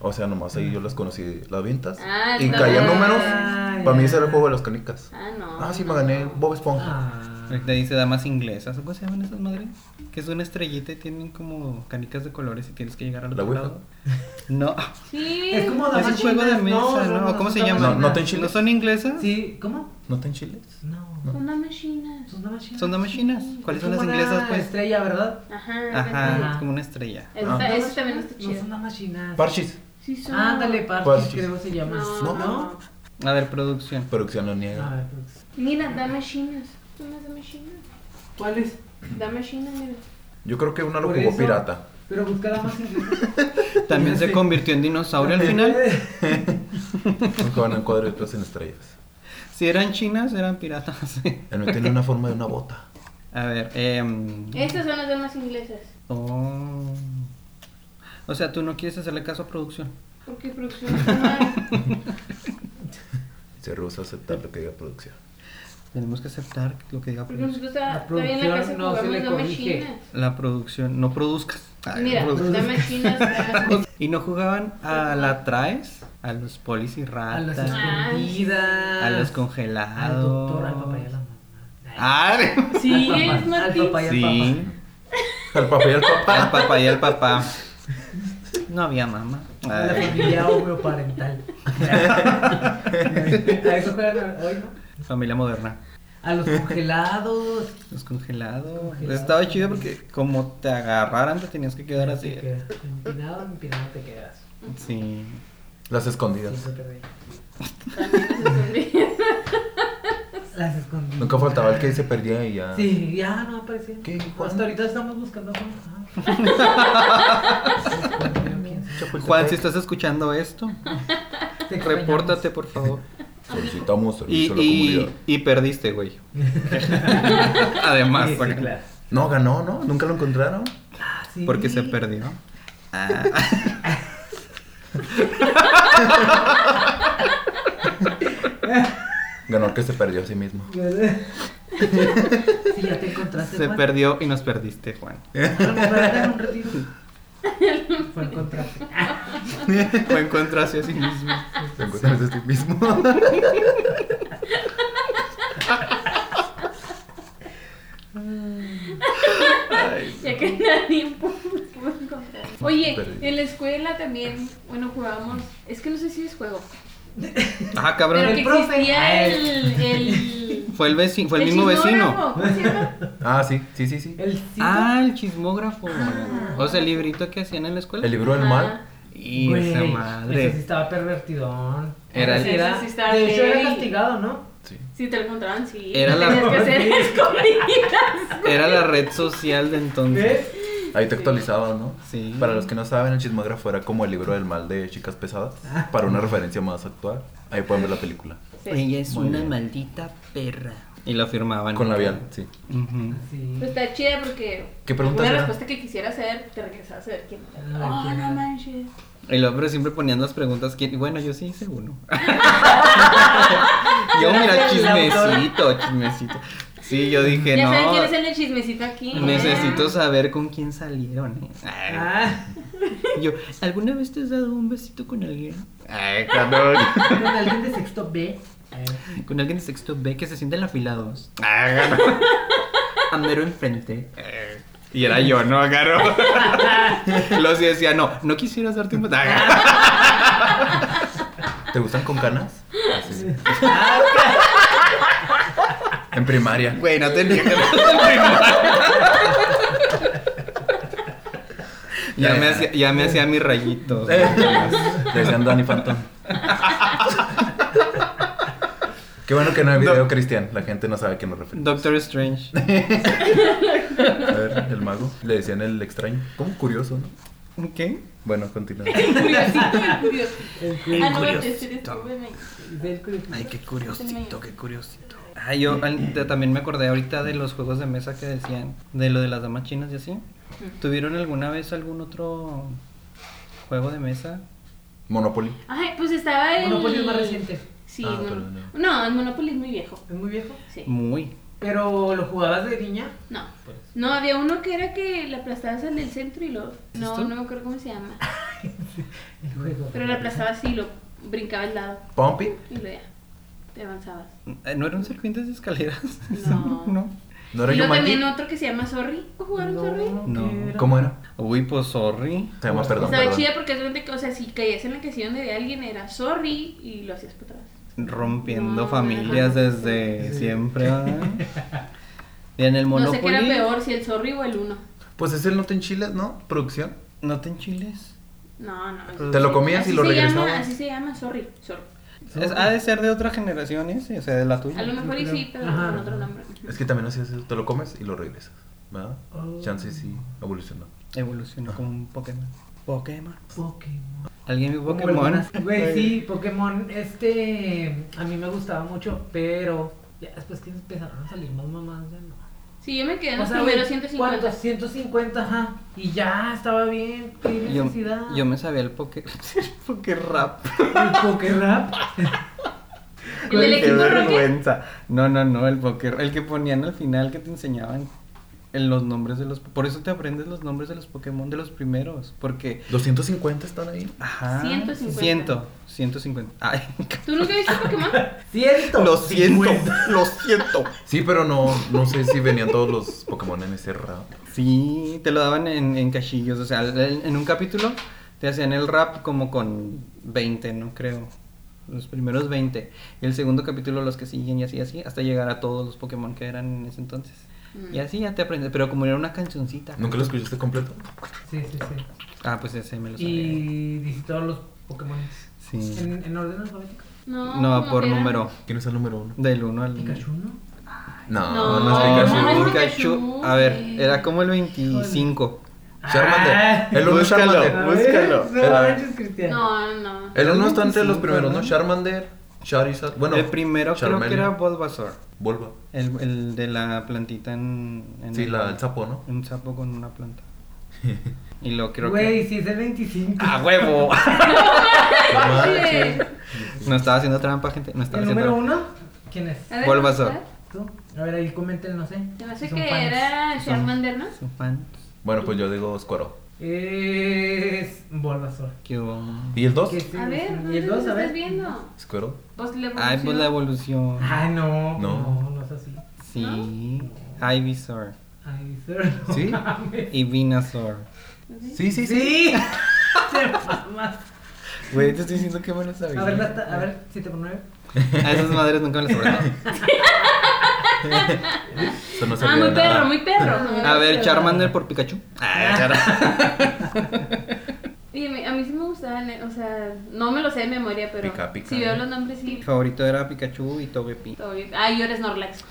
S5: O sea, nomás ahí yo las conocí, las vintas.
S3: Ah,
S5: y
S3: no
S5: caía
S3: mames.
S5: números.
S4: Ah,
S5: Para mí
S4: ya.
S5: ese era el juego de las canicas.
S3: Ah, no.
S5: Ah, sí, me gané Bob Esponja.
S4: Ah.
S2: Ahorita dice damas inglesas. ¿Cómo se llaman esas madres? Que es una estrellita y tienen como canicas de colores y tienes que llegar al
S5: ¿La
S2: otro
S5: Ouija?
S2: lado. No,
S3: Sí.
S4: Es como
S2: es
S4: damas
S2: un juego de
S4: chinas,
S2: mesa, ¿no? ¿Cómo se llama?
S5: No, no
S2: ¿No
S5: te enchiles.
S2: son inglesas?
S4: Sí, ¿cómo?
S5: ¿No te enchiles?
S4: No.
S5: No.
S3: Una machina.
S4: Son damas chinas.
S2: Son damas chinas. ¿Cuáles son
S4: Es
S2: las
S4: como
S2: inglesas,
S4: una
S2: pues?
S4: Estrella, ¿verdad?
S3: Ajá.
S2: Ajá,
S3: Ajá.
S2: es como una estrella.
S3: Eso,
S5: Ah.
S3: eso también está
S4: No
S3: chido.
S4: son damas chinas.
S5: Parchis.
S3: Sí, son.
S4: Ándale, parches,
S5: Parches.
S4: creo se llama.
S3: No,
S4: ¿No?
S3: no.
S2: A ver, producción.
S5: Producción no
S4: A
S5: niega.
S4: ver, pues,
S3: Mira, dame chinas. Unas dame chinas.
S4: ¿Cuál es?
S3: Dame chinas, mira.
S5: Yo creo que una lo
S4: Por
S5: jugó
S4: eso-
S5: pirata.
S4: Pero busca damas inglesas.
S2: También se
S4: Sí.
S2: convirtió en dinosaurio al final.
S5: Un joven en cuadro y otros en estrellas.
S2: Si eran chinas, eran piratas.
S5: Él no tiene una forma de una bota.
S2: A ver, em,
S3: Estas son las damas inglesas.
S2: oh. O sea, tú no quieres hacerle caso a producción.
S3: Porque producción está mal.
S5: Se rehúsa a aceptar lo que diga producción.
S2: Tenemos que aceptar lo que diga
S3: Porque
S2: producción.
S3: nosotros
S4: La
S3: está, todavía en la casa
S4: producción no se
S3: jugamos
S4: le
S3: dame
S4: corrige.
S3: chinas.
S2: La producción, no produzcas. Ay,
S3: Mira,
S2: produ-
S3: dame chinas. dame-
S2: y no jugaban a la traes, a los polis y
S4: A las
S2: ratas,
S4: escondidas.
S2: a los
S4: Al
S2: congelados.
S4: doctor, al papá y a la mamá.
S2: Ah,
S3: Sí,
S4: Al papá,
S3: es Martín.
S4: Al papá y al
S2: sí.
S4: papá.
S5: Al papel y al
S2: Al
S5: papá.
S2: papá y al papá. No había mamá.
S4: A la
S2: Ay.
S4: familia homeoparental. a eso juegan hoy, ¿no?
S2: Familia moderna.
S4: A los congelados.
S2: Los congelados.
S4: Congelado.
S2: Estaba chido porque como te agarraran te tenías que quedar así.
S4: Te quedas. Empinado, empinado te quedas.
S2: Sí.
S5: Las escondidas.
S4: Siempre te ve.
S3: También esas son bien.
S4: Las escondidas.
S5: Nunca faltaba el que se perdía y ya.
S4: Sí, ya no aparecía.
S5: ¿Qué, Juan?
S4: Hasta ahorita estamos buscando a Juan. Ah.
S5: Chapultepec.
S2: Juan, si estás escuchando esto,
S4: Te extrañamos.
S2: repórtate por favor.
S5: Solicitamos
S2: Y,
S5: servicio a la
S2: y,
S5: comunidad.
S2: y perdiste, güey. Además,
S4: Sí, sí,
S2: acá.
S4: claro.
S5: No, ganó, ¿no? Nunca lo encontraron.
S4: Ah, sí.
S2: porque se perdió. Ah,
S5: Ganó el que se perdió a sí mismo.
S4: Sí, ya te encontraste.
S2: se
S4: Juan.
S2: perdió y nos perdiste, Juan.
S4: A lo mejor era en un retiro. Fue encontrarte.
S2: Fue encontrarse a sí mismo.
S5: Te encuentras a ti mismo.
S2: Ay,
S3: Ya que nadie pudo pudo encontrar. Oye,
S5: Perdí.
S3: en la escuela también, bueno, jugábamos. Es que no sé si es juego.
S2: ah,
S3: Pero
S2: cabrón.
S3: que
S4: el profe.
S3: existía
S4: Ah,
S3: el.
S4: él.
S3: el
S2: Fue el vecino, fue el, mismo
S3: chismógrafo,
S2: vecino.
S3: ¿Cómo se llama?
S5: Ah, sí, sí, sí, sí.
S4: El cito.
S2: Ah, el chismógrafo.
S4: Ah.
S2: O sea, el librito que hacían en la escuela.
S5: El libro del mal.
S2: Y
S4: Güey,
S2: esa
S4: Ese sí
S2: madre.
S4: estaba pervertidón.
S2: Era el-
S4: Ese
S3: Ese sí estaba
S4: de hecho, era
S3: heavy.
S4: castigado, ¿no?
S5: Sí.
S3: Si te lo encontraban, sí.
S2: Era la-
S3: Tenías que hacer escondidas.
S2: Era la red social de entonces.
S4: ¿Ves?
S5: Ahí te actualizaba, ¿no?
S2: Sí.
S5: Para los que no saben, el chismógrafo era como el libro del mal de chicas pesadas. Para una referencia más actual. Ahí pueden ver la película.
S3: Sí.
S2: es
S5: Muy bien.
S2: maldita perra. Y lo firmaban.
S5: Con labial, sí.
S2: Ujú.
S4: Sí.
S3: Pues está chida porque.
S5: ¿Qué preguntas
S3: Una
S5: eran?
S3: respuesta que quisiera hacer, te regresabas a ver quién.
S4: Ah,
S3: era. Oh,
S4: quién era.
S3: no manches.
S2: Y los hombres siempre ponían las preguntas. que- Bueno, yo sí hice uno. yo, mira,
S4: Gracias, autor.
S2: chismecito, chismecito. Sí, yo dije,
S3: ya saben quién es
S2: no.
S3: el de chismecito aquí.
S2: Necesito saber con quién salieron. eh. Ay.
S4: Ah,
S2: Yo, ¿alguna vez te has dado un besito con alguien? Ay, cabrón.
S4: con alguien de sexto B. Eh,
S2: Con alguien de sexto B que se sienta en la fila 2. Andero enfrente. Y era yo, ¿no? Agarro. Los que decía, no, no quisieras darte un beso.
S5: ¿Te gustan con canas? Así. Ah, En primaria.
S2: Güey, no tenía que ya, me hacía, ya me hacía mis rayitos.
S5: Eh, Decían Danny Phantom. Qué bueno que no hay video, Cristian. La gente no sabe a quién nos referimos.
S2: Doctor Strange.
S5: A ver, el mago. Le decían el extraño. Como curioso, ¿no?
S2: ¿Qué?
S5: Bueno, continúa.
S3: Curiosito, el curioso.
S4: El
S3: Ah,
S4: culo.
S3: no, ese eres tú, ven ahí.
S4: Del culo.
S2: Ay, qué curiosito, qué curiosito. Ay, Ah, yo al- de- también me acordé ahorita de los juegos de mesa que decían, de lo de las damas chinas y así. ¿Tuvieron alguna vez algún otro juego de mesa?
S5: Monopoly.
S3: Ay, pues estaba el.
S4: Monopoly es más reciente.
S3: Sí,
S5: Ah,
S3: mon-
S5: pero
S3: no.
S5: no.
S3: el Monopoly es muy viejo.
S4: Es muy viejo.
S3: Sí.
S2: Muy.
S4: Pero lo jugabas de niña.
S3: No.
S4: Pues.
S3: No, había uno que era que le aplastabas al del centro y lo.
S2: ¿Es
S3: No,
S2: esto?
S3: no me acuerdo cómo se llama.
S4: El juego.
S3: Pero la aplazaba así, lo brincaba al lado
S5: ¿Pumping?
S3: y lo ya. Te avanzabas.
S2: Eh, ¿No eran serpientes de escaleras?
S3: No.
S5: ¿No era
S3: y luego
S5: Jumanji?
S3: también otro que se llama Sorry. ¿O jugaron
S4: No,
S3: Sorry?
S2: No.
S4: ¿qué
S5: ¿Cómo era?
S2: Uy, pues sorry.
S5: Se llama Perdón,
S3: Estaba
S5: perdón.
S3: chida porque es donde, o sea, si caías en la canción de alguien era Sorry y lo hacías para atrás.
S2: Rompiendo
S3: No,
S2: familias
S3: no, no.
S2: desde
S4: Sí.
S2: siempre. ¿verdad? Y en el
S3: No sé
S2: Monopoly.
S3: qué era peor, si el Sorry o el uno.
S5: Pues es el No te enchiles, ¿no? Producción.
S2: ¿No te enchiles?
S3: No, no.
S5: Te lo comías
S3: Así
S5: y lo
S3: se
S5: regresabas.
S3: Llama, así se llama, sorry, sorry.
S2: Es- ha de ser de otra generación ese, o sea, de la
S3: A lo
S2: tuya.
S3: mejor y
S4: creo.
S3: sí, pero
S4: Ajá.
S3: con otro nombre.
S5: Es que también hacías eso. Te lo comes y lo regresas. ¿Verdad?
S4: Oh.
S5: Chance sí evolucionó.
S2: Evolucionó como un Pokémon. Pokémon.
S4: Pokémon.
S2: ¿Alguien vio
S4: Como
S2: Pokémon?
S4: algunas- Güey, sí, Pokémon. Este. A mí me gustaba mucho, pero. Ya después que empezaron a salir más mamás, ya no.
S3: Sí, yo me quedé en
S4: O
S3: los
S4: sea,
S3: primeros
S4: güey,
S3: 150.
S4: ¿cuántos? 150, ajá. Y ya estaba bien. Qué
S2: Yo,
S4: necesidad.
S2: yo me sabía el Poké... el Poké Rap.
S4: El Pokérap.
S3: El del
S2: Qué
S3: equipo Rocket.
S2: vergüenza. No, no, no, el Poké... El que ponían al final que te enseñaban en los nombres de los... Por eso te aprendes los nombres de los Pokémon de los primeros. Porque...
S5: 250 están ahí.
S2: Ajá.
S3: 150.
S2: 100, 150. Ay,
S3: ¿Tú nunca viste Pokémon?
S4: Ciento.
S2: lo siento, lo siento.
S5: Sí, pero no, no sé si venían todos los Pokémon en ese rap.
S2: Sí, te lo daban en, en cachillos, o sea, en, en un capítulo te hacían el rap como con 20, no creo. Los primeros 20. Y el segundo capítulo los que siguen y así, así, hasta llegar a todos los Pokémon que eran en ese entonces.
S3: Mm.
S2: Y así ya te aprendes, pero como era una cancioncita.
S5: ¿Nunca lo escuchaste completo?
S4: Sí, sí, sí.
S2: Ah, pues ese me lo sabía.
S4: Y dice todos los Pokémon.
S2: Sí.
S4: ¿En, en orden alfabético?
S3: No,
S2: No,
S3: como
S2: por
S3: que era-
S2: número.
S5: ¿Quién es el número uno?
S2: Del 1 al
S4: Pikachu, ¿no?
S5: No,
S3: No,
S5: no, es Pikachu.
S3: no, no es
S2: Pikachu.
S3: Pikachu.
S2: A ver, era como el 25.
S5: Charmander.
S4: Ah.
S5: el uno es
S2: Búscalo.
S4: A
S5: Charmander.
S4: ver,
S2: Búscalo.
S4: No manches, Cristian.
S3: No, no.
S5: El uno está entre
S4: 25,
S5: los primeros, ¿no?
S4: ¿no?
S5: Charmander, Charizard. Bueno,
S2: el primero creo que
S5: Charmeleon,
S2: era Bulbasaur.
S5: Bulba.
S2: El, el de la plantita en. en
S5: Sí, la, el sapo, ¿no?
S2: Un sapo con una planta. Y lo creo que. Ah,
S4: Güey, sí es el 25.
S2: ¡A huevo!
S5: La
S3: Sí.
S5: madre,
S2: no estaba haciendo trampa, gente. No estaba
S4: ¿El
S2: haciendo.
S4: número uno? ¿Quién es?
S3: A ver,
S2: Bulbasaur.
S3: ¿verdad?
S4: ¿Tú? A ver, ahí comenten, no sé.
S3: Se me hace
S4: Son
S3: que
S4: fans.
S3: era
S2: Son-
S3: Charmander, ¿no?
S2: Son fans.
S5: Bueno, pues yo digo Squirtle.
S4: Es Bulbasaur.
S2: ¿Qué hubo?
S5: ¿Y el 2?
S4: Que sí,
S3: A ver,
S4: sí.
S3: ¿dónde
S4: ¿Y el
S3: te
S4: dos? A
S3: estás
S4: ver.
S3: viendo?
S5: Squirtle.
S3: Pues le
S2: Ay, pues la evolución.
S4: Ay, no.
S5: No.
S4: No, Ah, no es así.
S2: Sí. Ivysaur.
S4: Ay, sir. no
S5: ¿Sí?
S4: mames.
S2: Y Venusaur.
S3: Ah,
S5: Sí, sí, sí.
S4: Sí. Se mamas.
S2: Güey, te estoy diciendo que me lo sabía.
S4: A ver, la ta- a ver, 7 por 9.
S2: A esas madres nunca me las sabía.
S5: Eso no
S3: Ah,
S5: sabía
S3: muy
S5: nada.
S3: perro, muy perro. No,
S2: A ver, Charmander por Pikachu. Ah, Char-
S3: Y me- a mí sí me gustaban, eh, o sea, no me lo sé de memoria, pero
S5: Pica, pica,
S3: si
S5: eh.
S3: veo los nombres sí,
S2: Mi favorito era Pikachu y Togepi.
S3: todo bien. Ah, yo eres Snorlax.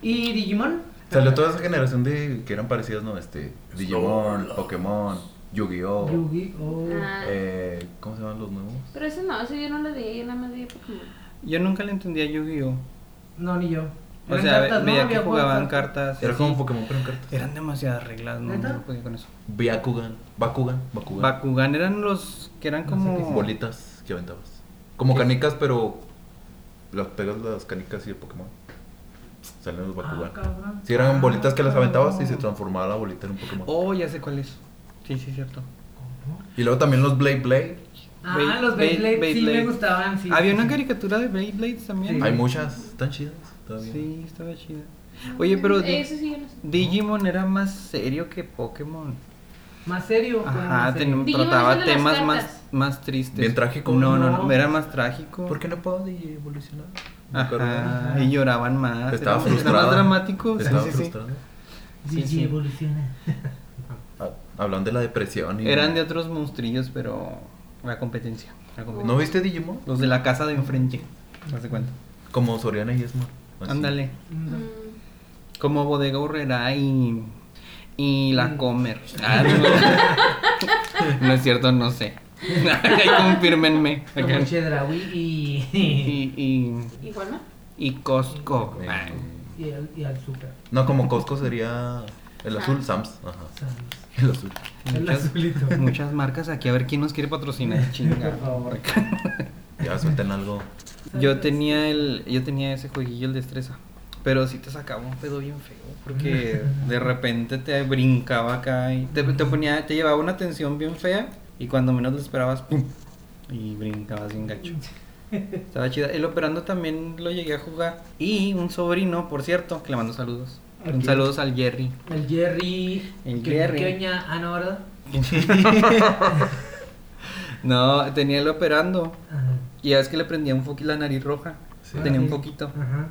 S4: ¿Y Digimon?
S5: Salió toda esa generación de que eran parecidos, ¿no? Este, Digimon, Pokémon, Yu-Gi-Oh.
S4: Yugi. Oh.
S3: Ah,
S5: Eh, ¿Cómo se llaman los nuevos?
S3: pero eso no, eso yo no lo veía, yo nada más veía Pokémon.
S2: Yo nunca le entendía a Yu-Gi-Oh.
S4: No, ni yo.
S2: O
S4: Eran
S2: sea, ve-
S4: cartas, ¿no?
S2: veía que
S4: Había juegos de
S2: jugaban cartas. y
S5: Era
S2: así.
S5: como Pokémon, pero en cartas.
S2: Eran demasiadas reglas, no,
S4: ¿Neta?
S2: no podía con eso.
S5: Byakugan, Bakugan, Bakugan.
S2: Bakugan eran los que eran
S4: No sé
S2: como.
S4: qué es.
S5: Bolitas que aventabas. Como
S2: Sí.
S5: canicas, pero las pegas las canicas y el Pokémon. Salen los
S4: Ah,
S5: Bakugan.
S4: cabrón.
S5: Si eran
S4: Ah,
S5: bolitas que las aventabas y se
S4: cabrón.
S5: transformaba la bolita en un Pokémon.
S2: Oh, ya sé cuál es. Sí, sí, cierto.
S5: Y luego también los Blade Blade.
S4: Ah,
S2: Bey-
S4: los
S2: Bey-
S4: Beyblade, sí
S2: Beyblade.
S4: me gustaban, sí.
S2: Había una caricatura de Beyblades también.
S4: Sí.
S5: Hay muchas. Están chidas todavía.
S2: Sí, estaba chida. Oye, pero di-
S3: Eso sí, yo no sé.
S2: Digimon era más serio que Pokémon.
S4: Más serio. como
S2: Ajá,
S4: más
S2: ten-
S4: serio?
S3: Digimon es
S2: trataba
S3: el de las
S2: temas más,
S3: cartas.
S2: más tristes.
S5: Bien trágico.
S2: No, no, no,
S4: No.
S2: era más trágico.
S5: ¿Por qué no puedo de evolucionar? Me acuerdo.
S2: Ajá, Ah, y lloraban más.
S5: Estaba
S2: era- era
S5: frustrado.
S2: más dramático. Sí,
S5: Estaba
S2: sí, sí.
S5: frustrado.
S2: Sí, sí.
S4: evoluciona.
S5: Ah, Hablan de la depresión y.
S2: Eran de otros monstrillos, pero la competencia. la competencia.
S5: ¿No Ah, viste Digimon?
S2: Los de la casa de enfrente. Haz de cuenta.
S5: Como Soriana y Esma. Así.
S2: Ándale.
S4: Mm.
S3: Mm.
S2: Como bodega horrera y. Y la
S4: Mm.
S2: comer. Ah, no. No es cierto, no sé. Confírmenme.
S4: Como Chedraui y,
S2: Y, y,
S3: Igual no.
S2: y Costco.
S5: Eh,
S2: Ay.
S4: y, al, y al Super.
S5: No, como Costco sería. El azul, Sams. Ajá.
S4: Sans.
S5: El azul.
S4: El
S2: Muchas-
S4: azulito.
S2: Muchas marcas aquí, a ver quién nos quiere patrocinar. Chinga.
S4: Por favor.
S5: Ya suelten algo.
S2: Yo tenía el, yo tenía ese jueguillo el destreza. Pero sí te sacaba un pedo bien feo, porque de repente te brincaba acá y te, te ponía, te llevaba una tensión bien fea y cuando menos lo esperabas, ¡pum! Y brincabas bien gacho. Estaba chida. El operando también lo llegué a jugar. Y un sobrino, por cierto, que le mando saludos. Un
S4: Ok.
S2: saludos al Jerry.
S4: El Jerry.
S2: El
S4: que-
S2: Jerry.
S4: que oña- Ah, no, ¿verdad?
S2: No, tenía el operando.
S4: Ajá.
S2: Y ya ves que le prendía un foquito la nariz roja.
S5: Sí.
S2: Tenía
S4: Ah,
S2: un
S4: sí.
S2: poquito.
S4: Ajá.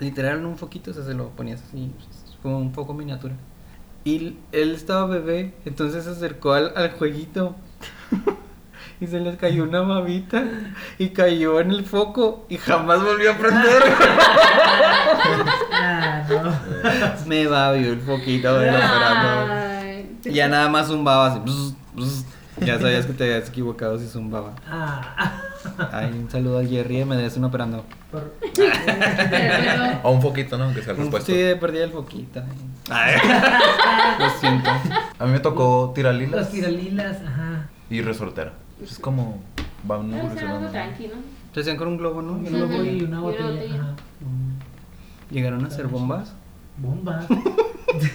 S2: Literal, un foquito, o sea, se lo ponías así, pues, como un poco miniatura. Y l- él estaba bebé, entonces se acercó al, al jueguito. y se les cayó una mamita. Y cayó en el foco. Y jamás volvió a prender.
S4: Ah, no.
S2: Me babió el foquito del operando.
S3: Ah. Ay.
S2: Y ya nada más zumbaba así. bzz, bzz. Ya sabías que te habías equivocado si zumbaba.
S4: Ah,
S2: Ay, un saludo al Jerry, me des un operando.
S4: por-
S3: Pero-
S5: O un poquito, ¿no? Aunque sea el repuesto.
S2: Sí, perdí el foquito. Ay, lo siento.
S5: A mí me tocó
S4: Los
S5: tiralilas
S4: tiralilas, ajá.
S5: y resortera. Es como va uno
S3: Debe ser algo
S5: evolucionando.
S3: tranquilo.
S2: Te hacían con un globo, ¿no?
S4: Un
S3: Ujú.
S4: globo y una
S3: Y una
S4: botella.
S3: botella.
S4: ajá.
S2: ¿Llegaron a ser bombas?
S4: Bomba.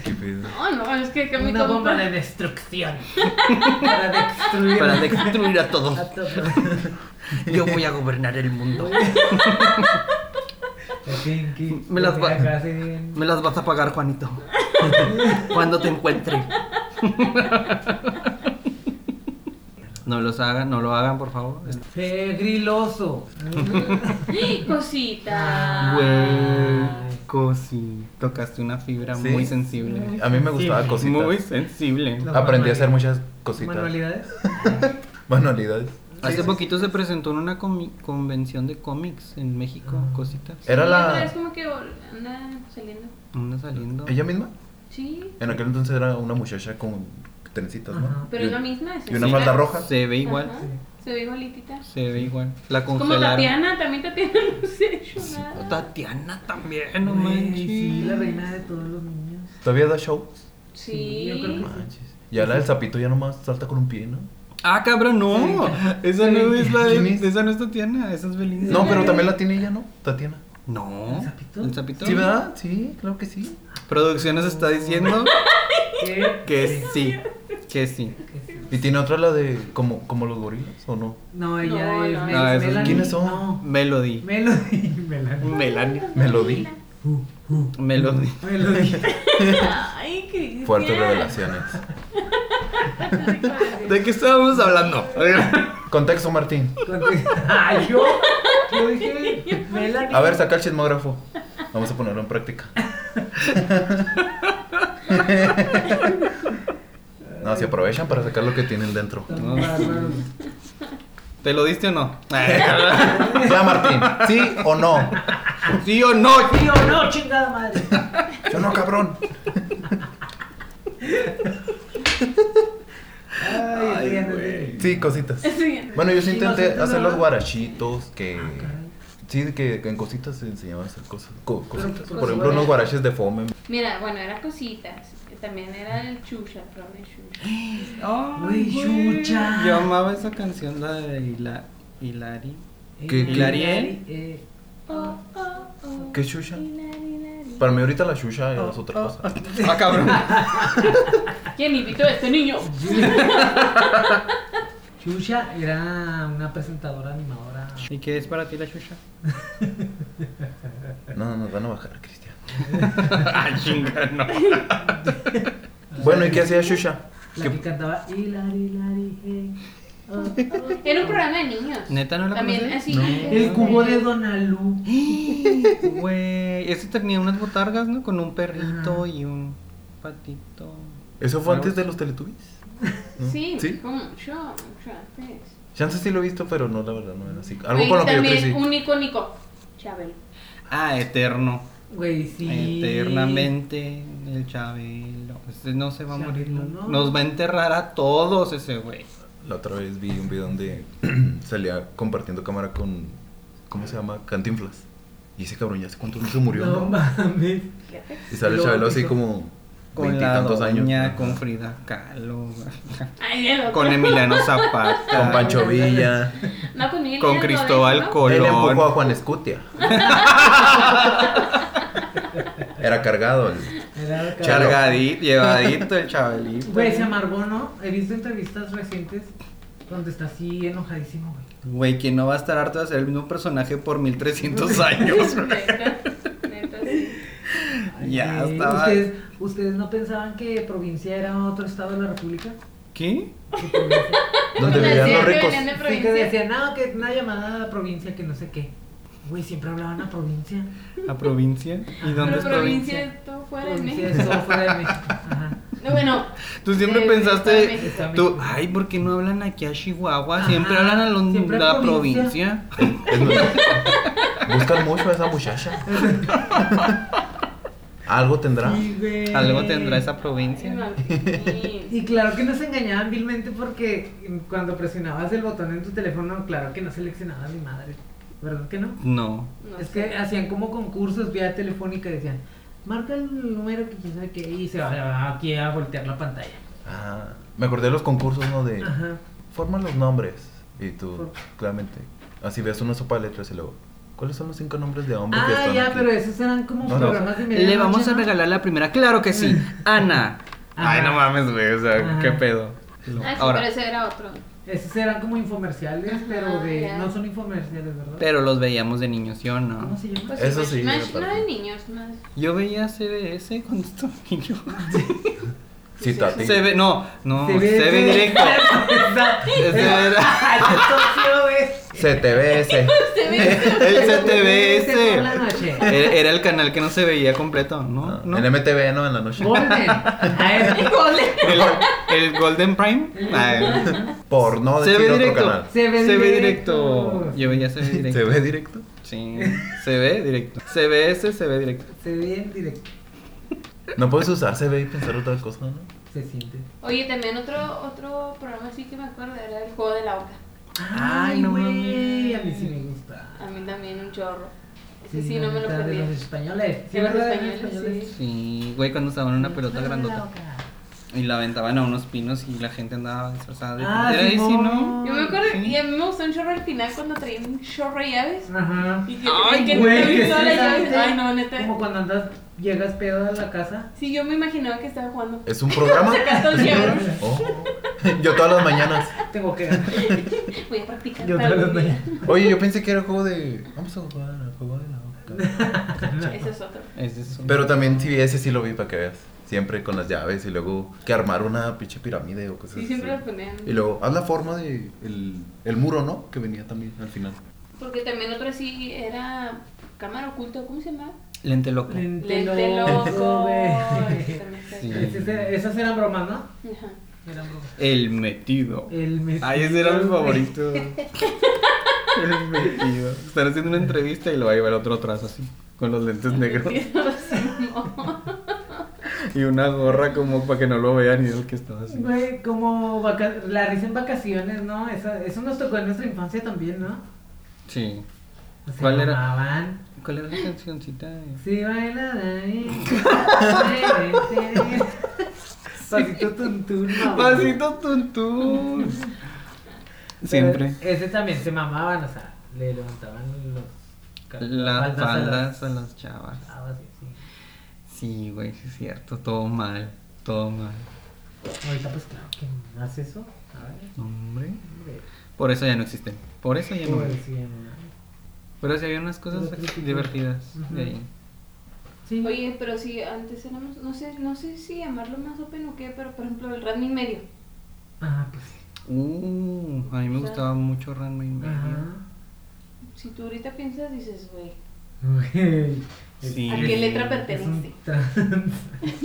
S5: Qué pedo.
S3: No, no, es que, que a mí
S4: Una
S3: como
S4: bomba
S3: para-
S4: de destrucción. Para destruir.
S2: Para destruir a todos.
S4: a todos.
S2: Yo voy a gobernar el mundo.
S4: Ok, ok.
S2: Me las
S4: Ok,
S2: va-
S4: acá sí, bien.
S2: Me las vas a pagar, Juanito. Cuando te encuentre. No los hagan, no lo hagan, por favor. Este
S4: Pegriloso.
S5: Ah,
S3: Cosita.
S2: Güey, cosi. Tocaste una fibra
S5: Sí.
S2: muy sensible.
S5: A mí me gustaba
S4: Sí.
S5: cositas.
S2: Muy sensible.
S4: No.
S5: Aprendí a hacer muchas cositas.
S4: Manualidades.
S5: Manualidades.
S2: Hace poquito se presentó en una comi- convención de cómics en México,
S3: Ah.
S2: cositas.
S5: Era
S3: Es
S5: la.
S3: como que anda saliendo.
S2: Una saliendo.
S5: ¿Ella misma?
S3: Sí.
S5: En aquel entonces era una muchacha con trencitas,
S4: Ajá.
S5: ¿no?
S3: Pero
S5: Y-
S3: es la misma. es
S5: y una
S3: así.
S5: falda roja.
S2: Se ve igual.
S3: Ajá, Se ve igualitita.
S2: Se ve igual. La
S3: Como
S2: congelaron.
S3: Tatiana, también Tatiana no se ha hecho nada.
S2: Tatiana también, no
S4: Güey,
S2: manches.
S4: Sí, la reina de todos los niños.
S5: Todavía da shows.
S3: Sí.
S4: Yo creo que-
S5: Manches. Ya la del sapito ya nomás salta con un pie, ¿no?
S2: Ah, cabrón, no. Esa
S4: Sí.
S2: no es la
S5: ¿Quién
S2: de,
S5: es?
S2: esa no es Tatiana, esa es Belinda.
S5: No, pero también la tiene ella, ¿no? Tatiana.
S2: No.
S4: ¿El sapito?
S2: ¿El sapito?
S5: ¿Sí, verdad? Sí, claro que sí.
S2: Producciones está diciendo
S4: ¿Qué?
S2: que sí. Que sí.
S5: Y tiene otra la de como, como los gorilas, ¿o no?
S4: No, ella
S3: No,
S4: es
S3: no.
S4: Mel-
S2: No, esos-
S4: Melanie.
S5: Ah, ¿quiénes son?
S4: No.
S2: Melody.
S4: Melody. Melanie.
S2: Melanie.
S5: Melody.
S4: Uh, uh.
S2: Melody.
S4: Melody.
S3: Ay, qué
S5: Fuertes revelaciones.
S2: ¿De qué estábamos hablando?
S5: Contexto, Martín.
S4: Ay, Ah, yo. Yo dije Melanie.
S5: A ver, saca el chismógrafo. Vamos a ponerlo en práctica. No, se aprovechan para sacar lo que tienen dentro.
S4: Tan bárbaros.
S2: ¿Te lo diste o no?
S5: Ya, Martín, ¿sí o no?
S2: ¿Sí o no?
S4: Digo, no, chingada madre.
S5: Yo no, cabrón.
S4: Ay, este. ya no sé.
S5: Sí, cositas.
S3: Sí.
S5: Bueno, yo sí
S4: Sí,
S5: intenté
S4: nosotros
S5: hacer
S4: no.
S5: los guarachitos que.
S4: caray.
S5: Sí, que, que en cositas se enseñaban a hacer cosas. co- cositas.
S4: Pero,
S5: Por
S4: pues,
S5: ejemplo,
S4: bueno.
S5: unos guaraches de fome.
S3: Mira, bueno, era cositas. También era el chucha, pero no es chucha.
S2: Ay,
S4: Güey, chucha.
S2: Yo amaba esa canción, la de Hila- Hilari.
S5: ¿Qué-
S4: Eh,
S5: qué?
S4: Ariel, eh,
S3: Oh, oh, oh.
S5: ¿Qué chucha?
S3: Hilari, hilari.
S5: Para mí, ahorita la chucha es otra cosa.
S2: Ah, cabrón.
S3: ¿Quién invitó a este niño?
S4: Chucha era una presentadora animadora.
S2: ¿Y qué es para ti la chucha?
S5: No, nos van a bajar, Cristian.
S4: Ah,
S2: Ay, chinga, no.
S5: Bueno, ¿y qué hacía Shusha?
S4: La
S5: ¿Qué-
S4: que cantaba Hilari, Hilari, hey. oh, oh,
S3: Era un programa de niños.
S2: ¿Neta no la
S3: También
S2: conoces?
S3: así.
S5: No.
S4: El cubo de Donalú.
S2: Güey, ese tenía unas botargas, ¿no? Con un perrito
S4: Ajá.
S2: y un patito.
S5: ¿Eso fue antes de los Teletubbies? ¿No?
S3: Sí,
S5: ¿Sí?
S3: como mucho, mucho antes.
S5: Chance sí lo he visto, pero no, la verdad, no era así. Algo
S3: Güey,
S5: con lo que yo
S3: también
S5: crecí.
S3: un icónico. Chabelo.
S2: Ah, eterno.
S4: Güey, sí.
S2: Eternamente el Chabelo. Este no se va a morir.
S4: Chabelo,
S2: nunca.
S4: ¿no?
S2: Nos va a enterrar a todos ese güey.
S5: La otra vez vi un video donde salía compartiendo cámara con. ¿Cómo se llama? Cantinflas. Y ese cabrón ya hace cuánto no se murió,
S4: No
S5: ¿no?
S4: mames.
S3: Fíjate.
S5: Y sale el
S4: Lo
S5: Chabelo así
S4: bautizó.
S5: como.
S2: Con la
S5: Veintitantos años.
S2: doña,
S5: Ajá.
S2: con Frida Kahlo,
S3: Ay, el otro.
S2: con Emiliano Zapata,
S5: Con Pancho Villa.
S3: No, con Miguel
S2: con
S3: Hidalgo,
S2: Cristóbal
S3: ¿no?
S5: Él empujó a
S2: Colón.
S5: Juan Escutia. Era cargado el.
S4: Era acá.
S5: Chalo.
S2: Cargadito, llevadito el chabelito.
S4: Güey, se amargó, ¿no? He visto entrevistas recientes donde está así enojadísimo, güey.
S2: Güey, ¿quién no va a estar harto de ser el mismo personaje por 1300 años?
S3: Neta, neta, sí.
S4: Ay,
S2: Ya
S4: güey,
S2: estaba.
S4: ¿Ustedes, ¿Ustedes no pensaban que provincia era otro estado de la república?
S2: ¿Qué?
S4: Que provincia-
S5: Donde
S3: Pero
S5: vivían los
S3: siempre
S5: ricos.
S3: venían de
S4: Sí, que
S3: provincia.
S4: decían, no, que una llamada a provincia que no sé qué. Güey, siempre hablaban a provincia.
S2: ¿La provincia? ¿Y dónde
S3: Pero
S2: es
S3: provincia
S2: provincia?
S3: es todo fuera de
S4: Provincia
S3: México.
S4: es todo fuera de México. Ajá.
S3: No, bueno.
S2: Tú siempre
S3: eh,
S2: pensaste.
S3: México.
S4: Está
S2: Tú,
S4: México.
S2: ay, ¿por qué no hablan aquí a Chihuahua?
S4: Ajá,
S2: Siempre hablan a los-
S4: siempre
S2: la
S4: provincia.
S2: provincia.
S5: Es lo- Buscan mucho a esa muchacha. Algo tendrá.
S4: Sí, güey.
S2: Algo tendrá esa
S3: Ay,
S2: provincia.
S3: Martín.
S4: Y claro que nos engañaban vilmente porque cuando presionabas el botón en tu teléfono, claro que no seleccionabas mi madre. ¿Verdad que no?
S2: No.
S3: No
S4: Es
S3: sé.
S4: que hacían como concursos vía telefónica y decían, marca el número que quién sabe qué y se va aquí a voltear la pantalla.
S5: Ah, me acordé de los concursos, ¿no? De.
S4: Ajá.
S5: Forman los nombres. Y tú,
S4: Por-
S5: claramente. Así ves una sopa de letras y luego. ¿Cuáles son los cinco nombres de hombres que
S4: Ah,
S5: están
S4: ya,
S5: aquí?
S4: pero esos eran como
S5: No, no.
S4: programas de
S2: Le vamos
S4: medianoche,
S2: a
S4: ¿no?
S2: regalar la primera. Claro que sí. Ana.
S4: Ajá.
S2: Ay, no mames, güey. O sea,
S4: Ajá.
S2: qué pedo.
S3: Ah, sí,
S2: Ahora.
S3: pero ese era otro.
S4: Esos eran como infomerciales,
S3: Ajá,
S4: pero de...
S3: Ah, ya.
S4: No son infomerciales, ¿verdad?
S2: Pero los veíamos de niños, ¿sí o
S4: ¿Cómo
S2: no?
S4: se llama?
S3: Pues
S5: Eso
S3: más-
S5: sí,
S3: más-
S5: me
S3: no
S5: parece.
S3: de niños, más.
S2: Yo veía CBS cuando estaba niño.
S5: Sí, Tati.
S2: CB, no, no,
S4: Se ve-
S2: CB directo. Ese era
S5: CTBS.
S3: Se ve-
S2: el
S4: CTBS. Toda la
S2: CTBS.
S4: noche.
S2: Era Er, era el canal que no se veía completo, ¿no?
S5: No,
S2: ¿No?
S5: En MTV, ¿no? En la noche.
S4: Golden. A ver,
S2: El, el Golden Prime. Ah, Ay.
S5: Porno de
S2: Se ve
S5: otro
S2: directo.
S5: canal.
S4: Se ve
S2: Se ve
S4: directo.
S2: directo. Yo veía se ve
S5: ¿Se
S2: directo.
S5: ve directo?
S2: Sí, se ve directo. CBS, se ve directo.
S4: Se ve en directo.
S5: No puedes usar CB y pensar otra cosa, ¿no?
S4: Se siente.
S3: Oye, también otro, otro programa sí que me acuerdo era el juego de la oca.
S2: Ay, no
S4: güey,
S2: mames.
S4: A mí sí me gusta.
S3: A mí también un chorro. Ese sí,
S4: la
S3: no me lo
S4: neta,
S3: perdí.
S4: De los españoles. Sí,
S3: De los
S4: ¿verdad? De los
S3: españoles,
S4: españoles.
S2: Sí, güey, cuando usaban una pelota grandota y la aventaban a unos pinos y la gente andaba disfrazada de.
S4: Ah,
S2: era ese,
S4: Simón.
S2: ¿no?
S3: Yo me acuerdo,
S2: Sí.
S3: y a mí me gustó un chorro al final cuando traían un chorro de llaves.
S4: Ajá.
S3: Y que,
S2: Ay,
S3: y que
S4: Güey,
S3: no
S4: que
S3: vi todas las
S4: estresante.
S3: llaves. Ay, no, neta.
S4: Como cuando andas, llegas pedo a la casa.
S3: Sí, yo me imaginaba que estaba jugando.
S5: ¿Es un programa?
S3: Sacaste un llaves.
S5: Oh. Yo todas las mañanas.
S4: Tengo que ganar.
S3: Voy a practicar.
S4: Yo
S3: para
S4: todas las
S3: algún día.
S4: mañanas.
S5: Oye, yo pensé que era juego de. Vamos a jugar al juego de la boca.
S3: Ese es otro.
S2: Ese es un-
S5: Pero también sí, ese sí lo vi para que veas. Siempre con las llaves y luego que armar una pinche pirámide o cosas
S3: Sí, siempre
S5: así.
S3: lo ponían.
S5: Y luego, haz la forma de el, el muro, ¿no? Que venía también al final.
S3: Porque también otro sí era cámara oculta, ¿cómo se llama?
S2: Lente loco.
S3: Lente loco.
S4: güey.
S3: Ese también está
S2: Sí.
S4: Esas eran- Esas eran bromas, ¿no?
S3: chido. Ajá.
S4: Eran bromas.
S2: El metido.
S4: El metido,
S2: Ay, ese era mi
S4: güey.
S2: favorito. El metido. Están haciendo una entrevista y lo va a llevar otro atrás así, con los lentes negros y una gorra como para que no lo vean y el que estaba así.
S4: Güey, como vaca- la risa en vacaciones, ¿no? Esa- eso nos tocó en nuestra infancia también, ¿no?
S2: Sí.
S4: O sea,
S2: ¿Cuál era?
S4: mamaban.
S2: ¿Cuál era la cancioncita?
S4: Sí, baila David. Pasito tuntún. mamá.
S2: Pasito tuntún. Siempre.
S4: Pero Ese también se mamaban, o sea, le levantaban los. ca-
S2: Las
S4: faldas a las-
S2: faldas a las chavas.
S4: Ah, sí, sí.
S2: Sí, güey, sí es cierto. Todo mal. Todo mal.
S4: Ahorita, pues claro, que hace eso? A ver.
S2: Hombre.
S4: hombre,
S2: Por eso ya no existen. Por eso ya no
S4: pues,
S2: hay.
S4: sí, no.
S2: Pero sí había unas cosas
S4: Pero sí,
S2: divertidas
S4: ujú.
S2: de ahí.
S4: Sí.
S3: Oye, pero si antes éramos, no sé, no sé si llamarlo más open o qué, pero por ejemplo el Randy medio.
S4: Ah, pues.
S2: Uh, a mí me
S3: O sea,
S2: gustaba mucho Ranma y medio.
S4: Ajá.
S3: Si tú ahorita piensas, dices, güey,
S4: Güey.
S2: Sí.
S3: ¿a qué letra
S4: Es
S3: pertenece?
S4: un trans.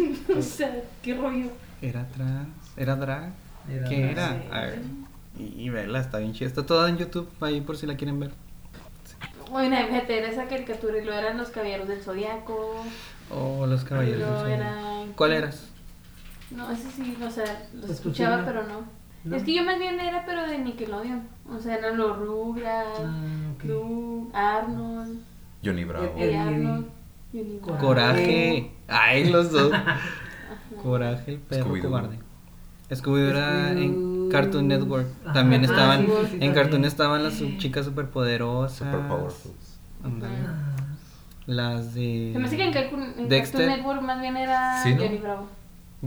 S3: o sea, qué rollo.
S2: Era trans, era drag.
S4: Era
S2: ¿Qué
S4: drag.
S2: era?
S3: Sí.
S2: A ver. Y, y verla, está bien chida. Está toda en YouTube ahí por si la quieren ver.
S3: Bueno, fíjate, era esa caricatura y lo eran los caballeros del zodiaco.
S2: Oh, los
S4: Ah,
S2: caballeros.
S3: Yo
S2: del Zodiaco.
S3: era-
S2: ¿Cuál eras?
S3: No, ese sí, o sea, los
S4: Pues,
S3: escuchaba,
S4: pues, sí,
S3: pero
S4: no.
S3: no.
S4: No.
S3: Es que yo más bien era, pero de Nickelodeon. O sea, eran los Rugrats,
S4: Ah, ok.
S3: Doug, Arnold,
S5: Johnny Bravo.
S4: El-
S3: y Arnold, y Unicorn.
S2: Coraje. Ay, los dos. Coraje, el perro
S5: Scooby-Doo.
S2: cobarde. Scooby era en
S4: Scooby-Doo.
S2: Cartoon Network.
S4: Ajá.
S2: También
S3: Ah,
S2: estaban.
S3: sí, sí, sí,
S2: en
S4: también.
S2: Ah, Cartoon estaban las sub- chicas superpoderosas.
S5: Super Powerful.
S2: Ándale.
S3: Ajá.
S4: Ah,
S2: Las de.
S3: Se me hace que en Cartoon, en Cartoon
S2: Dexter.
S3: Network más bien era
S5: Sí, ¿no?
S3: Johnny Bravo.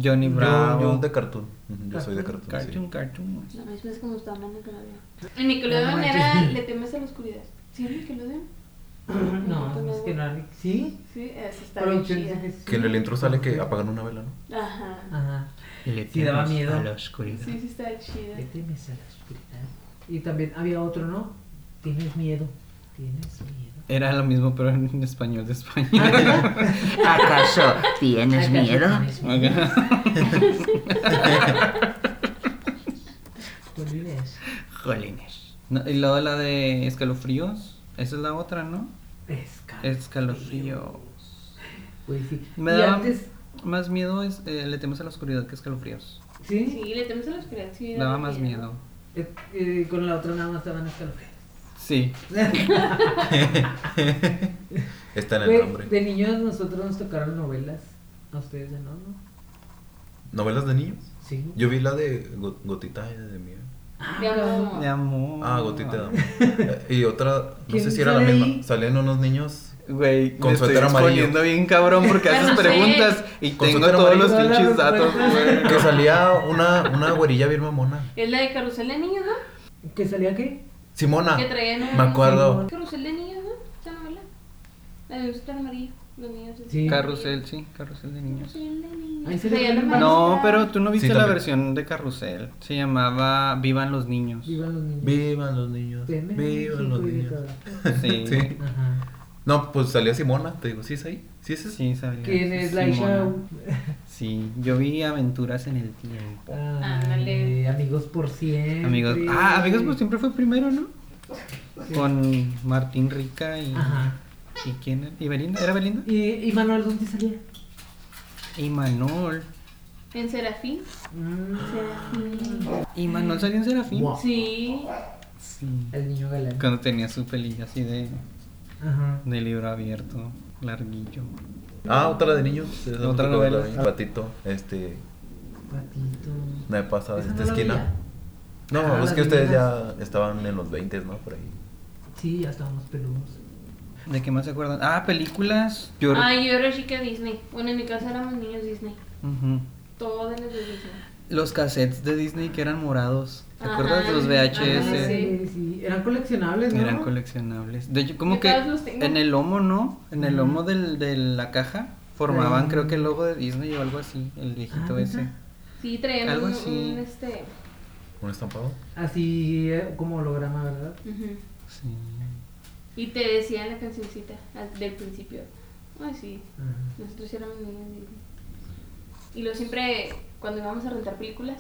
S2: Johnny Bravo.
S5: Yo, yo de cartoon. Ujú, Yo soy de cartoon.
S2: Cartoon,
S5: sí.
S2: cartoon.
S3: No, es más como estaba mal Nickelodeon. En
S4: Ah, No
S3: Nickelodeon
S4: manches.
S3: era Le temes a la oscuridad. ¿Sí era Nickelodeon?
S4: No, es que no. ¿Sí?
S3: Sí, esa está bien
S4: Producción
S3: chida.
S4: dice que sí.
S5: Que en el intro sale que apagan una vela, ¿no?
S3: Ajá.
S4: Ajá.
S2: Le
S4: Sí, daba
S2: temes
S4: miedo.
S2: A la oscuridad.
S3: Sí, sí está chida.
S4: Le temes a la oscuridad. Y también había otro, ¿no? Tienes miedo. Tienes miedo.
S2: Era lo mismo, pero en español de España.
S6: ¿Acaso tienes
S4: ¿Acaso
S6: miedo?
S4: tienes
S3: Ah,
S4: miedo? Jolines.
S2: Jolines. No, y luego la de escalofríos. Esa es la otra, ¿no?
S4: Escalofrío.
S2: Escalofríos.
S4: Güey, Pues sí.
S2: Me
S4: y
S2: daba
S4: antes,
S2: más miedo es, eh, le temes a la oscuridad que escalofríos.
S4: ¿sí?
S3: Sí, Le temes a la oscuridad. Sí, era
S2: Daba
S3: muy
S2: más
S3: chida.
S2: miedo.
S4: Eh, eh, con la otra nada más estaban escalofríos.
S2: Sí.
S5: Está en el
S4: Güey,
S5: nombre.
S4: de niños nosotros nos tocaron novelas. A ustedes de no, ¿no?
S5: ¿Novelas de niños?
S4: Sí.
S5: Yo vi la de Go- Gotita de miel.
S4: Ah,
S3: De amor.
S2: De amor.
S5: Ah, Gotita de amor. Y otra, no
S4: Oh. ¿Quién
S5: sé si era la
S4: sale
S5: misma.
S4: ahí?
S5: Salían unos niños.
S2: Güey,
S5: Con
S2: me estoy
S5: suéter amarillo.
S2: exponiendo bien cabrón porque
S3: Pero
S2: haces
S3: no sé.
S2: preguntas y
S5: Con
S2: tengo
S5: suéter
S2: todos
S5: amarillo.
S2: los
S4: No, no,
S2: pinches
S4: no,
S2: datos,
S4: no, no.
S2: güey.
S5: Que salía una, una güerilla bien mamona.
S3: Es la de Carrusel de Niños, ¿no?
S4: ¿Que salía qué?
S5: Simona.
S3: que traían un...
S5: Ah, Me acuerdo.
S3: Carrusel de Niños, ¿no? Esa novela. La de Usted Amarillo. Los niños.
S4: Sí.
S2: Carrusel, sí, carrusel de niños.
S3: Carrusel de Niños.
S4: Ahí se
S3: Traían
S4: le-
S3: una
S2: No,
S3: maestra.
S2: pero tú no viste la
S5: también.
S2: versión de carrusel. Se llamaba Vivan los niños.
S5: Pues,
S4: Vivan los niños.
S5: Vivan los niños.
S4: De México
S5: Vivan los
S4: y de
S5: niños.
S4: todo.
S2: Sí.
S5: Sí.
S4: Ajá.
S5: No, pues salía Simona. Te digo, ¿sí es ahí? ¿Sí es ese?
S2: Sí, sabía.
S4: ¿Quién es la hija?
S2: Simona. Sí, yo vi Aventuras en el Tiempo.
S4: Ay,
S3: Ándale.
S4: Eh, amigos por siempre.
S2: Amigos, ah, Amigos pues siempre fue primero, ¿no? Con Martín Rica y
S4: Ajá.
S2: ¿y quién era? ¿Y Belinda? ¿Era Belinda?
S4: ¿Y, y Manuel dónde salía?
S2: Y Manol.
S3: En Serafín.
S4: Mm,
S3: Serafín.
S2: Y Manol salió en Serafín.
S4: Wow.
S3: Sí.
S2: Sí.
S4: El niño galán.
S2: Cuando tenía su pelilla así de,
S4: Ajá.
S2: de libro abierto, larguillo.
S5: Ah, otra de niños. Es
S2: Otra
S5: que
S2: novela.
S5: la vi. Patito, este.
S4: Patito.
S5: Me pasa de
S4: Esa
S5: esta
S4: no la
S5: esquina.
S4: veía.
S5: No,
S4: Ah,
S5: es
S4: las
S5: que ustedes ya
S4: niñas.
S5: estaban en los 20, ¿no? Por ahí.
S4: Sí, ya estábamos peludos.
S2: ¿De qué más se acuerdan? Ah, películas. Yo re-
S3: Ay, yo era chica Disney. Bueno, en mi casa éramos niños Disney.
S2: Ujú.
S3: Todas las de Disney.
S2: Los cassettes de Disney que eran morados. ¿Te
S3: Ajá.
S2: acuerdas de los
S3: Ajá,
S2: VHS?
S3: sí.
S4: Ay, sí. Eran coleccionables, ¿no?
S2: Eran coleccionables. De hecho, como
S3: Yo
S2: que
S3: todos los tengo.
S2: en el lomo, ¿no? En el
S4: Ujú.
S2: lomo del, de la caja formaban,
S4: Sí.
S2: creo que el logo de Disney o algo así, el viejito
S4: Ah,
S2: ese.
S4: neta.
S3: Sí, traían
S2: Algo
S3: un,
S2: así.
S3: un, este.
S5: ¿Un estampado?
S4: Así eh, como holograma, ¿verdad?
S3: ujú.
S2: Sí.
S3: Y te decían la cancioncita al- del principio. Ay, sí.
S4: Ajá.
S3: Nosotros éramos niños Disney. Y luego siempre, cuando íbamos a rentar películas,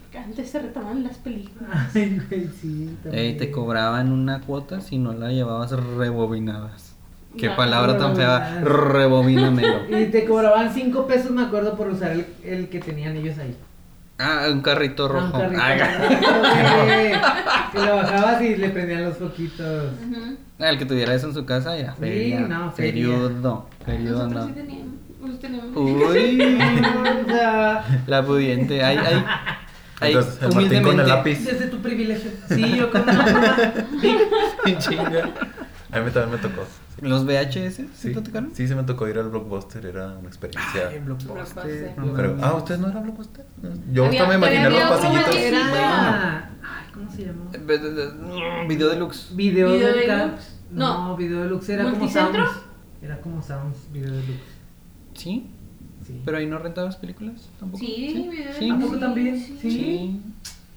S3: porque antes se rentaban las películas.
S4: Ajá. Ay, güey, sí.
S2: Ey, te cobraban una cuota si no la llevabas rebobinadas. Qué
S3: No,
S2: palabra tan fea,
S4: rebobinadas.
S2: rebobínamelo.
S4: Y te cobraban 5 pesos, me acuerdo, por usar el, el que tenían ellos ahí.
S2: ah, un carrito
S4: Ah, un
S2: rojo.
S4: carrito.
S2: Ah,
S4: Sí, que lo bajabas y le prendían los foquitos.
S3: Ujú.
S2: Ah, el que tuviera eso en su casa era
S4: Sí,
S2: feria.
S4: no, feria.
S2: periodo, periodo
S3: Nosotros sí
S2: no.
S3: teníamos. Nosotros teníamos.
S2: Uy,
S4: Onda.
S2: la pudiente. Ay, ay, ay,
S5: Entonces, el Martín con el
S2: humildemente.
S5: lápiz.
S4: Desde tu privilegio. Sí, yo con una
S5: Chinga. A mí también me tocó.
S2: ¿Los VHS? ¿Sí, te tocaron?
S5: sí, se me tocó ir al blockbuster, era una experiencia.
S2: Ay, Blockbuster.
S4: este,
S3: Blockbuster.
S2: no
S5: Pero,
S2: mames.
S5: ah, ¿ustedes no eran blockbuster? Yo
S3: Había-
S5: hasta me imaginé
S3: pero
S5: los
S3: había otro
S5: pasillitos.
S3: maldito-
S4: Era. Ay, ¿cómo se llamó?
S2: Ve- ve- ve- Video deluxe.
S4: Video
S3: Video
S4: Deluxe.
S3: Deluxe.
S4: No,
S3: No.
S4: Video Deluxe era como
S3: ¿Multicentro?
S4: Sounds. Era como Sounds, Video Deluxe.
S2: Sí,
S4: Sí.
S2: pero ahí no rentabas películas tampoco.
S3: Sí, video
S2: sí.
S4: ¿A poco
S3: Sí,
S4: también?
S3: sí.
S4: Sí.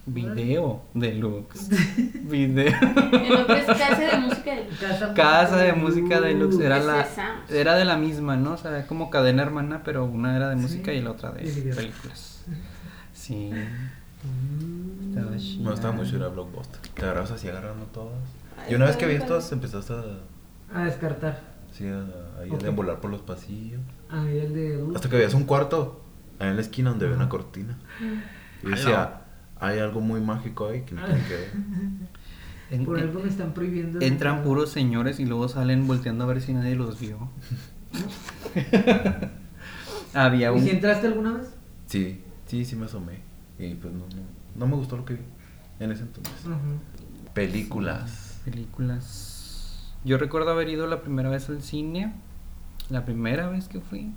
S2: Video deluxe. Video.
S3: En otra es clase de música de
S4: Casa,
S2: Casa de música deluxe era
S3: Ese
S2: la
S3: es Sam's.
S2: era de la misma, ¿no? O sea, era como cadena hermana, pero una era de
S4: Sí.
S2: música y la otra de
S4: Y video.
S2: películas. Sí.
S4: Mm.
S2: Estaba
S5: Me gustaba
S2: chida.
S5: mucho ir a blockbuster. Te agarrabas así agarrando todas.
S3: Ay,
S5: Y una vez
S3: está
S5: que vi
S3: bien
S5: estas, empezaste a,
S4: A descartar.
S5: sí, a, a ir a
S4: Ok.
S5: deambular por los pasillos.
S4: A nivel de.
S5: Hasta que veías un cuarto allá en la esquina donde había una cortina. Y decía, hay algo muy mágico ahí que no tiene que ver.
S2: En-
S4: Por
S2: en-
S4: algo me están prohibiendo.
S2: entran puros señores y luego salen volteando a ver si nadie los vio. Había
S4: ¿Y si
S2: un
S4: entraste alguna vez?
S5: Sí, sí, sí me asomé. Y pues no, no, no me gustó lo que vi en ese entonces.
S4: Ajá.
S5: Películas.
S2: Películas. Yo recuerdo haber ido la primera vez al cine, la primera vez que fui.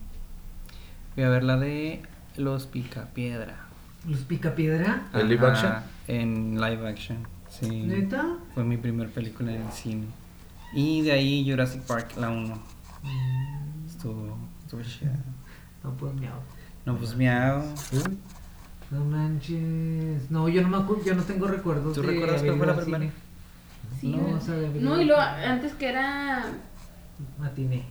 S2: Fui a ver la de Los Picapiedra.
S4: ¿Los picapiedra?
S5: ¿En live
S2: Ajá,
S5: action?
S2: En live action, sí.
S4: ¿Neta?
S2: Fue mi primer película en el cine. Y de ahí Jurassic Park, la 1.
S4: Mm.
S2: Estuvo, estuvo chida.
S4: No, pues miau.
S2: No, pues miau.
S4: No manches. No, yo no me acu- yo no tengo recuerdos.
S2: ¿Tú
S4: de
S2: recuerdas
S4: haber
S2: cuál fue
S4: ido
S2: la
S4: al
S2: primera?
S4: cine.
S3: Sí,
S4: No,
S3: güey.
S4: o sea, de verdad.
S3: No, y luego antes que era.
S4: Matiné.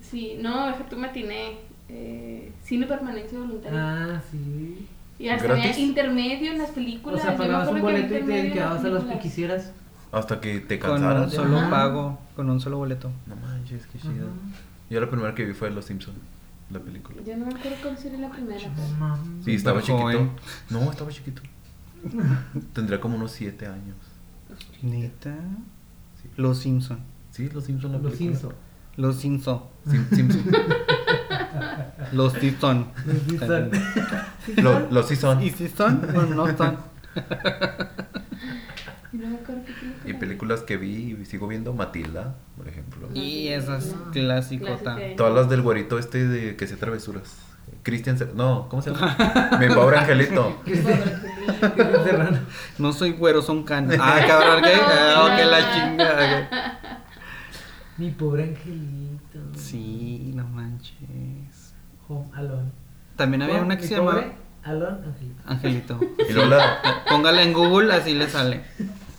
S3: Sí, no, deja tú matiné. Eh, cine permanencia voluntaria.
S4: Ah, sí.
S3: y hasta había
S5: ¿gratis?
S3: intermedio en las películas.
S4: O sea,
S3: Yo me
S4: pagabas un
S3: acuerdo que había
S4: boleto y
S3: intermedio en
S4: te
S3: las
S4: quedabas a los que
S3: películas.
S4: quisieras.
S5: Hasta que te
S2: Con un
S5: cansaras.
S2: solo
S4: Ah.
S3: Ajá.
S2: pago, con un solo boleto.
S5: No manches, qué chido.
S4: Ajá.
S5: Yo la primera que vi fue Los Simpsons, la película.
S3: Yo no me acuerdo cuál sería la primera.
S4: No mames.
S5: Sí, estaba chiquito.
S2: joven.
S5: No, estaba chiquito. Tendría como unos 7 años.
S2: Neta.
S5: Sí.
S2: Los Simpson.
S5: Sí, Los Simpsons, la
S4: Los
S5: película.
S4: Simpson.
S2: Los Simpson.
S5: Sim- Simpson.
S2: Los Simpson.
S4: Los Simpson.
S5: Lo- Los Simpson.
S2: ¿Y si son o no son?
S3: No me acuerdo qué película.
S5: Y películas que vi y sigo viendo, Matilda, por ejemplo.
S2: Y esa es
S3: No.
S2: clasicota.
S3: Clásica.
S5: Todas las del güerito este de que se travesuras. Cristian, Cer- no, ¿cómo se llama? Mi pobre angelito.
S4: Cristian Serrano.
S2: No soy güero, son canas. Ah, cabrón, ¿qué? Ah, que la chingada. güey.
S4: Mi pobre angelito.
S2: Sí, no manches.
S4: Home Alone.
S2: También había
S4: Home,
S2: una que
S4: mi
S2: se llamaba
S4: pobre Alone Angelito.
S2: Angelito.
S5: Y luego la-
S2: Póngala en Google, así le sale.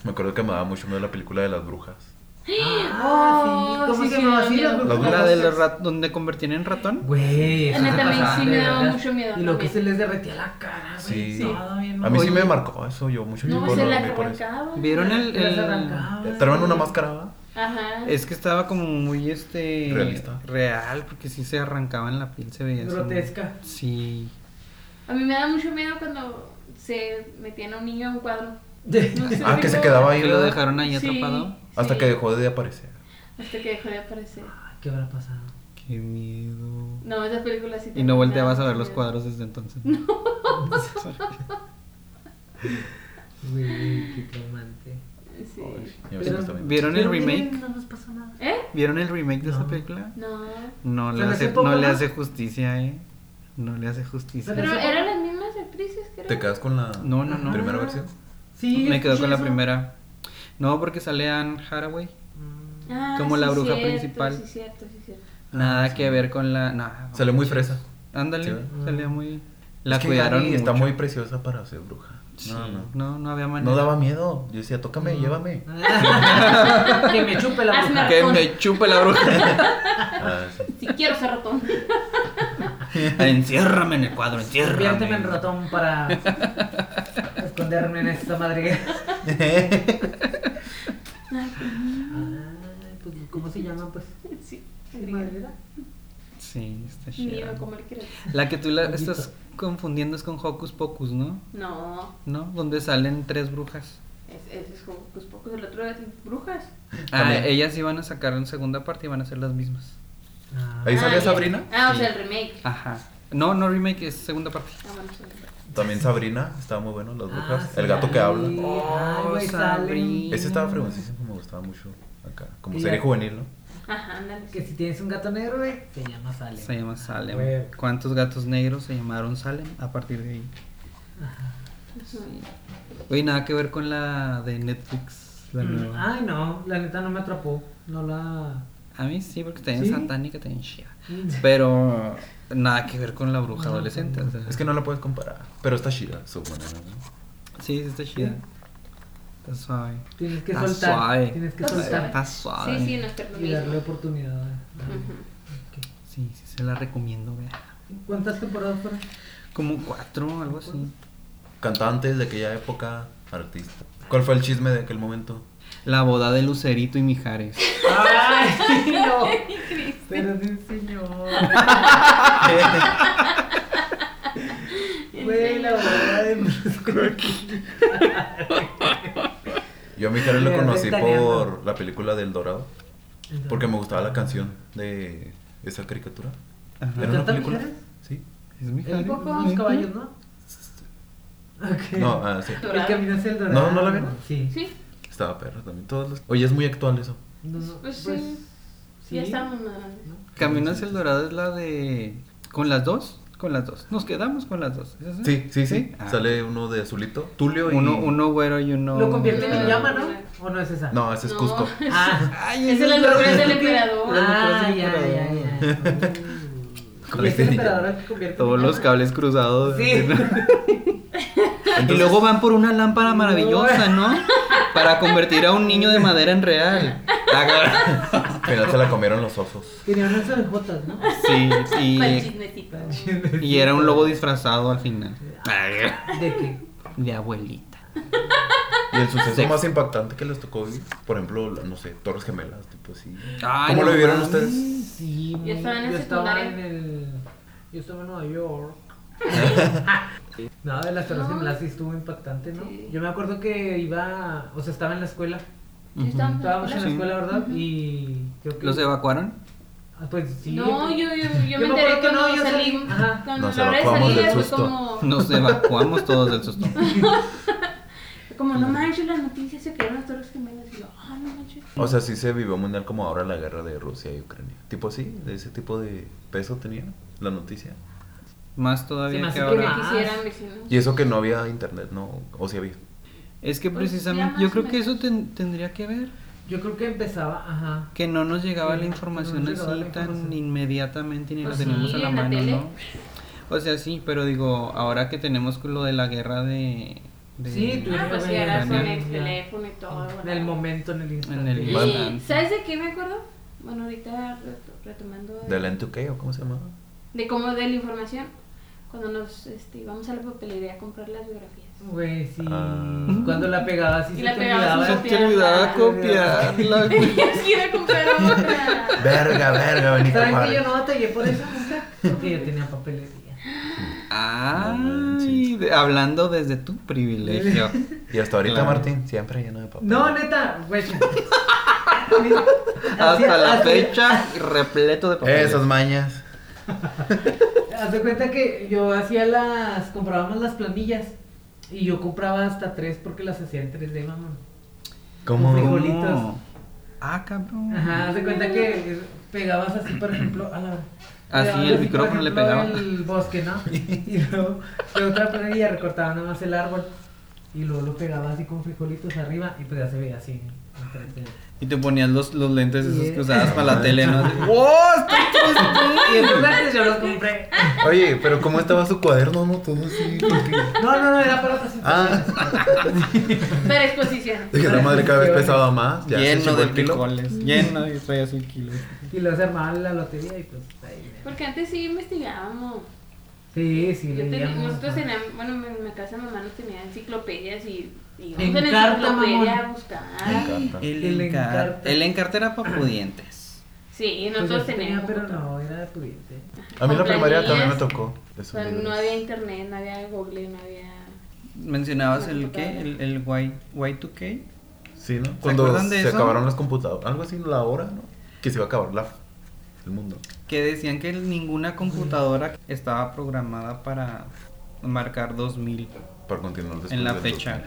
S5: me acuerdo que me daba mucho miedo la película de las brujas.
S4: Ah, sí. ¿Cómo
S3: Oh, sí,
S4: se
S3: sí,
S4: llamaba
S3: me da
S4: así? Las
S3: miedo.
S5: Las
S4: brujas?
S2: La del rat donde convertían en ratón.
S4: Güey,
S3: A
S4: eso
S3: mí
S4: se
S3: también
S4: pasaban
S3: sí me
S4: de
S3: daba
S4: verdad.
S3: mucho miedo
S4: Y lo que
S3: también.
S4: se les derretía la cara, güey.
S5: Sí.
S4: todo bien
S5: A mí sí
S4: mamón.
S5: me marcó eso, yo mucho
S3: No,
S5: tiempo
S3: se
S5: no
S3: la
S5: dormí por eso.
S3: arrancaban.
S2: ¿Vieron el-
S4: Las
S2: el-
S4: arrancaban.
S5: Traban una máscara, ¿va?
S3: Ajá.
S2: Es que estaba como muy este
S5: Realista.
S2: real, porque sí se arrancaban la piel, se veía así.
S4: Grotesca.
S2: Sí.
S3: A mí me da mucho miedo cuando se metían a un niño en un cuadro. No sé,
S5: Ah, que se
S3: tengo-
S5: quedaba ahí.
S2: Que lo
S5: ¿verdad?
S2: dejaron ahí
S3: Sí,
S2: atrapado.
S5: Hasta
S3: sí.
S5: que dejó de aparecer.
S3: Hasta que dejó de aparecer.
S4: Ay, ¿Qué habrá pasado?
S2: Qué miedo.
S3: No, esa película sí.
S2: Y
S3: también me
S2: no
S3: da
S2: volteabas a
S3: mucho
S2: ver los
S3: miedo.
S2: cuadros desde entonces.
S4: Güey, qué traumante.
S3: Sí.
S5: Ya ves que está bien.
S2: ¿Vieron el
S4: Pero miren,
S2: remake?
S4: No nos pasó nada.
S3: ¿Eh?
S2: ¿Vieron el remake de esa
S4: No.
S2: película?
S3: No.
S2: No
S4: ¿Se
S2: le
S4: le hace
S2: hace,
S4: poco
S2: no le
S4: más?
S2: hace justicia, eh. No le hace justicia.
S4: Se le
S3: Pero
S4: hace-
S3: eran las mismas actrices, creo.
S5: ¿Te quedas con la
S2: No, no, no.
S5: primera versión?
S4: Sí.
S2: Me quedo
S4: escuché
S2: con la
S4: eso.
S2: primera. No, porque sale Anne Haraway.
S4: Mm.
S3: Ah,
S2: como la
S3: sí,
S2: bruja
S3: cierto,
S2: principal.
S3: Sí, cierto, sí, cierto.
S2: Nada que ver con la. No,
S5: Ah, Sale muy fresa.
S2: Ándale,
S5: Sí, ¿verdad?
S2: salía muy. La
S5: Es que
S2: cuidaron.
S5: Gaby está
S2: mucho.
S5: muy preciosa para ser bruja.
S2: Sí,
S5: No, no.
S2: no, no había manera.
S5: No daba miedo. Yo decía, tócame, llévame.
S4: que me chupe la
S3: Hazme-
S4: boca.
S2: Que me chupe la bruja.
S5: Ah, sí.
S3: Si quiero ser ratón.
S2: enciérrame en el cuadro,
S4: Conviérteme
S2: enciérrame.
S4: en ratón para esconderme en esta madriguera. Ay, pues, ¿Cómo se llama, pues?
S3: Sí.
S2: Sí, está
S3: Ni iba
S2: chida.
S3: a comer creo.
S2: La que tú la
S4: Poquito.
S2: estás confundiendo es con Hocus Pocus, ¿no?
S3: No.
S2: ¿No? Donde salen tres brujas.
S3: Es, es, es como pues pocos del otro es brujas.
S2: Ah,
S5: También.
S2: ellas iban a sacar en segunda parte y van a ser las mismas.
S4: Ah,
S5: Ahí salía
S3: ya.
S5: Sabrina.
S3: Ah, o
S2: Sí.
S3: sea, el remake.
S2: Ajá. No, no remake, es segunda parte.
S3: Ah, bueno, sí. Ah,
S5: También Sabrina, estaba muy bueno, las brujas.
S4: sí,
S5: el gato que
S4: ahí.
S5: habla.
S4: Ay, güey,
S2: Sabrina.
S4: sale.
S5: Ese estaba fregoncísimo, me gustaba mucho acá. Como
S4: Y
S5: serie
S4: ya.
S5: juvenil, ¿no?
S3: Ajá, ándale.
S4: Que si tienes un gato negro, güey, se llama Salem.
S2: Se llama Salem.
S4: Güey.
S2: ¿Cuántos gatos negros se llamaron Salem a partir de ahí?
S3: Ajá.
S2: Oye, nada que ver con la de Netflix, la
S4: Mm,
S2: nueva.
S4: Ay, no, la neta no me atrapó. No la.
S2: A mí sí, porque está bien
S4: ¿Sí?
S2: satánica, está bien chida. Pero nada que ver con la bruja adolescente. o sea,
S5: Es que no la puedes comparar. Pero está chida, su manera, ¿no?
S2: Sí, sí está chida. Está suave.
S4: Tienes que
S2: Está
S4: soltar.
S2: suave.
S4: Tienes que
S3: Está
S4: soltar.
S2: Está suave.
S3: Sí, sí, no es que es lo
S4: Y darle
S3: mismo.
S4: oportunidad. Ah,
S3: Ujú.
S2: Sí, sí, se la recomiendo, vea.
S4: Ok. ¿Cuántas temporadas fueron?
S2: Como cuatro, algo así.
S5: Cantantes de aquella época, artista. ¿Cuál fue el chisme de aquel momento?
S2: La boda de Lucerito y Mijares.
S4: ¡Ay, no! Pero sí, señor. Güey, la verdad
S5: Yo a mi Jared lo
S4: Mira,
S5: conocí
S4: ventaneando.
S5: por la película del Dorado. Porque me gustaba la canción de esa caricatura.
S2: Ajá.
S5: ¿Era una
S4: ¿Canta
S5: película?
S4: Mijares?
S5: Sí.
S2: ¿Es
S4: El
S2: Mijares?
S4: poco los caballos, ¿no? Ok.
S5: No, ah, sí.
S4: El camino hacia el dorado.
S5: No, ¿no la vieron?
S4: Sí.
S3: Sí.
S5: Estaba perro también. Todos los... Oye, es muy actual eso.
S4: No, no,
S3: Pues sí.
S4: sí.
S3: Ya estamos nada.
S4: ¿no?
S2: Camino hacia el Dorado es la de. ¿Con las dos? Con las dos. Nos quedamos con las dos. ¿Es esa?
S5: Sí, sí, sí.
S2: Ah.
S5: Sale uno de azulito. Tulio y.
S2: Uno, uno güero y uno.
S4: Lo convierte en
S3: no,
S4: llama,
S3: no.
S4: ¿no? ¿O no es esa?
S5: No, ese es
S3: No.
S5: Cusco.
S4: Ah,
S2: Ay,
S3: Es el locura del emperador.
S2: Las
S4: ah,
S2: locuras del
S4: ya, ya,
S2: emperador.
S4: ya.
S5: Con
S4: Y es el
S5: este-
S4: emperador al que convierte en
S2: Todos los
S4: llama.
S2: cables cruzados.
S4: Sí.
S2: Y
S5: Entonces-
S2: luego van por una lámpara maravillosa, ¿no? Para convertir a un niño de madera en real.
S5: Al final se la comieron los osos.
S4: Tenía unas orejotas, ¿no?
S2: Sí,
S3: Para el
S2: y,
S3: chismecito.
S2: y era un lobo disfrazado al final.
S4: ¿De qué?
S2: De abuelita.
S5: Y el suceso más impactante que les tocó vivir, por ejemplo, la- no sé, Torres Gemelas, tipo así.
S2: Ay,
S5: ¿Cómo
S2: no
S5: lo vivieron
S2: mames.
S5: ustedes?
S4: Sí, muy-
S3: Yo estaba en la
S4: yo estaba en
S3: secundaria.
S4: el. Yo estaba en Nueva York. no, de las torres
S3: No.
S4: gemelas sí estuvo impactante, ¿no?
S3: Sí. Ah,
S4: Yo me acuerdo que iba. O sea, estaba en la escuela.
S3: Yo estaba en la
S4: Estábamos en la
S3: escuela.
S4: escuela, ¿verdad? Y. Creo que.
S2: ¿Los evacuaron?
S4: Ah, pues sí.
S3: No, yo, yo, yo
S4: Yo
S3: me
S4: me
S3: enteré
S4: acuerdo que
S3: cuando
S4: no, yo
S3: salí.
S4: salí- ajá.
S3: Cuando
S5: Nos
S3: la hora de
S5: evacuamos
S3: salida
S5: del
S3: fue
S5: susto.
S3: como,
S2: Nos evacuamos todos del susto.
S3: como, no manches, las noticias se quedaron las torres gemelas. Y yo, ah, no manches.
S5: O sea, sí se vivió mundial como ahora la guerra de Rusia y Ucrania. Tipo así, de ese tipo de peso tenía la noticia.
S2: Más
S4: Se me
S2: todavía
S4: hace
S2: que
S4: que
S3: Que me
S2: ahora.
S4: más.
S3: quisieran vecinos.
S5: Y eso que no había internet, ¿no? O sí había.
S2: Es que
S3: Pues, ya
S2: precisamente,
S3: más
S2: yo
S3: o
S2: creo que
S3: menos.
S2: eso ten- tendría que ver.
S4: Yo creo que empezaba. Ajá.
S2: Que no nos llegaba
S4: Sí,
S2: la
S4: que no
S2: información
S4: nos llegaba
S2: así
S4: la
S2: tan
S4: información.
S2: inmediatamente y ni la
S3: Pues
S2: teníamos
S3: sí,
S2: a la
S3: en la
S2: mano,
S3: tele.
S2: ¿no? O sea, sí, pero digo, ahora que tenemos lo de la guerra de... de-
S4: Sí, tú
S3: Ah, pues sí,
S4: Ya,
S3: ahora
S4: ya,
S3: con
S2: Ucrania,
S3: el
S4: ya.
S3: teléfono y todo.
S4: En
S3: bueno.
S4: el momento, en el instante.
S2: En el
S3: Y,
S5: Bastante.
S3: ¿Sabes de qué me acuerdo? Bueno, ahorita reto- retomando de,
S5: ¿De la N2K o cómo se llamaba?
S3: de cómo de la información. Cuando nos este, íbamos a la papelería a comprar las biografías.
S4: Güey, sí.
S5: Ah.
S4: Cuando la pegabas sí
S3: Y
S4: se
S3: la
S4: te
S3: pegabas
S4: olvidaba.
S2: Se te olvidaba copiarla, güey.
S3: Es que iba a comprar otra.
S5: Verga, verga, Benito
S4: ¿Saben que yo
S5: Juárez.
S4: no batallé por eso nunca? Porque yo tenía papelería.
S2: Ay, de- hablando desde tu privilegio.
S5: Y hasta ahorita,
S2: Claro.
S5: Martín, siempre lleno de papel.
S4: No, neta, güey.
S2: Hasta la fecha, repleto de papeles.
S5: Esas mañas.
S4: Haz de cuenta que yo hacía las. Comprábamos las planillas. Y yo compraba hasta tres porque las hacía en 3D, mamón.
S5: ¿Cómo?
S4: Como
S2: ¿Cómo?
S4: frijolitos.
S2: Ah, cabrón.
S4: Ajá, haz de cuenta que pegabas así, por ejemplo, a la.
S2: Así,
S4: pegabas
S2: Ah, el
S4: por
S2: micrófono le
S4: ejemplo,
S2: pegaba.
S4: El bosque, ¿no? Y luego, de otra planilla recortaba nada más el árbol. Y luego lo pegaba así con frijolitos arriba. Y pues ya se veía así. en 3D.
S2: Y te ponías los, los lentes esos
S4: Yeah.
S2: que usabas para la tele, ¿no? Así, ¡Wow! está-
S4: Y esos lentes yo los compré.
S5: Oye, pero ¿cómo estaba su cuaderno? No, todo así. porque-
S4: No, no, no, era para
S2: Ah.
S4: presentaciones.
S3: Para exposición.
S5: Dije, la madre cada vez pesaba más. ya se
S2: lleno
S5: chingó
S2: de
S5: el kilo.
S2: picoles. Lleno y traía un kilo.
S4: Y luego se armaba la lotería y pues ahí. ¿no?
S3: Porque antes sí investigábamos.
S4: Sí, sí,
S3: Yo
S4: le
S3: tenía-
S4: llamo,
S3: nosotros
S4: ajá.
S3: teníamos, bueno, en mi- mi casa mamá nos tenía enciclopedias y, y íbamos
S4: En
S3: en
S4: carta,
S3: enciclopedia
S4: mamón.
S3: a buscar.
S5: Me encanta.
S2: El,
S4: El
S2: encar-
S4: encarte.
S2: el encarte era para pudientes.
S3: Sí, y
S4: Pues yo
S3: nosotros
S4: sí tenía,
S3: teníamos.
S4: pero
S3: otro.
S4: no, era pudiente.
S5: A mí la
S3: Con
S5: primaria también me
S3: planillas.
S5: tocó.
S3: O
S5: esos
S3: sea, no
S5: libros.
S3: había internet, no había Google, no había.
S2: Mencionabas
S3: No,
S2: el
S3: no,
S2: qué?
S3: no.
S2: El, el y, Y2K.
S5: Sí, ¿no? Cuando
S2: acuerdan de
S5: se
S2: eso?
S5: acabaron las computadoras. Algo así, la hora, ¿no? Que se iba a acabar la, el mundo.
S2: Que decían que ninguna computadora estaba programada para marcar 2000
S5: Para continuar después
S2: en la
S5: del
S2: fecha.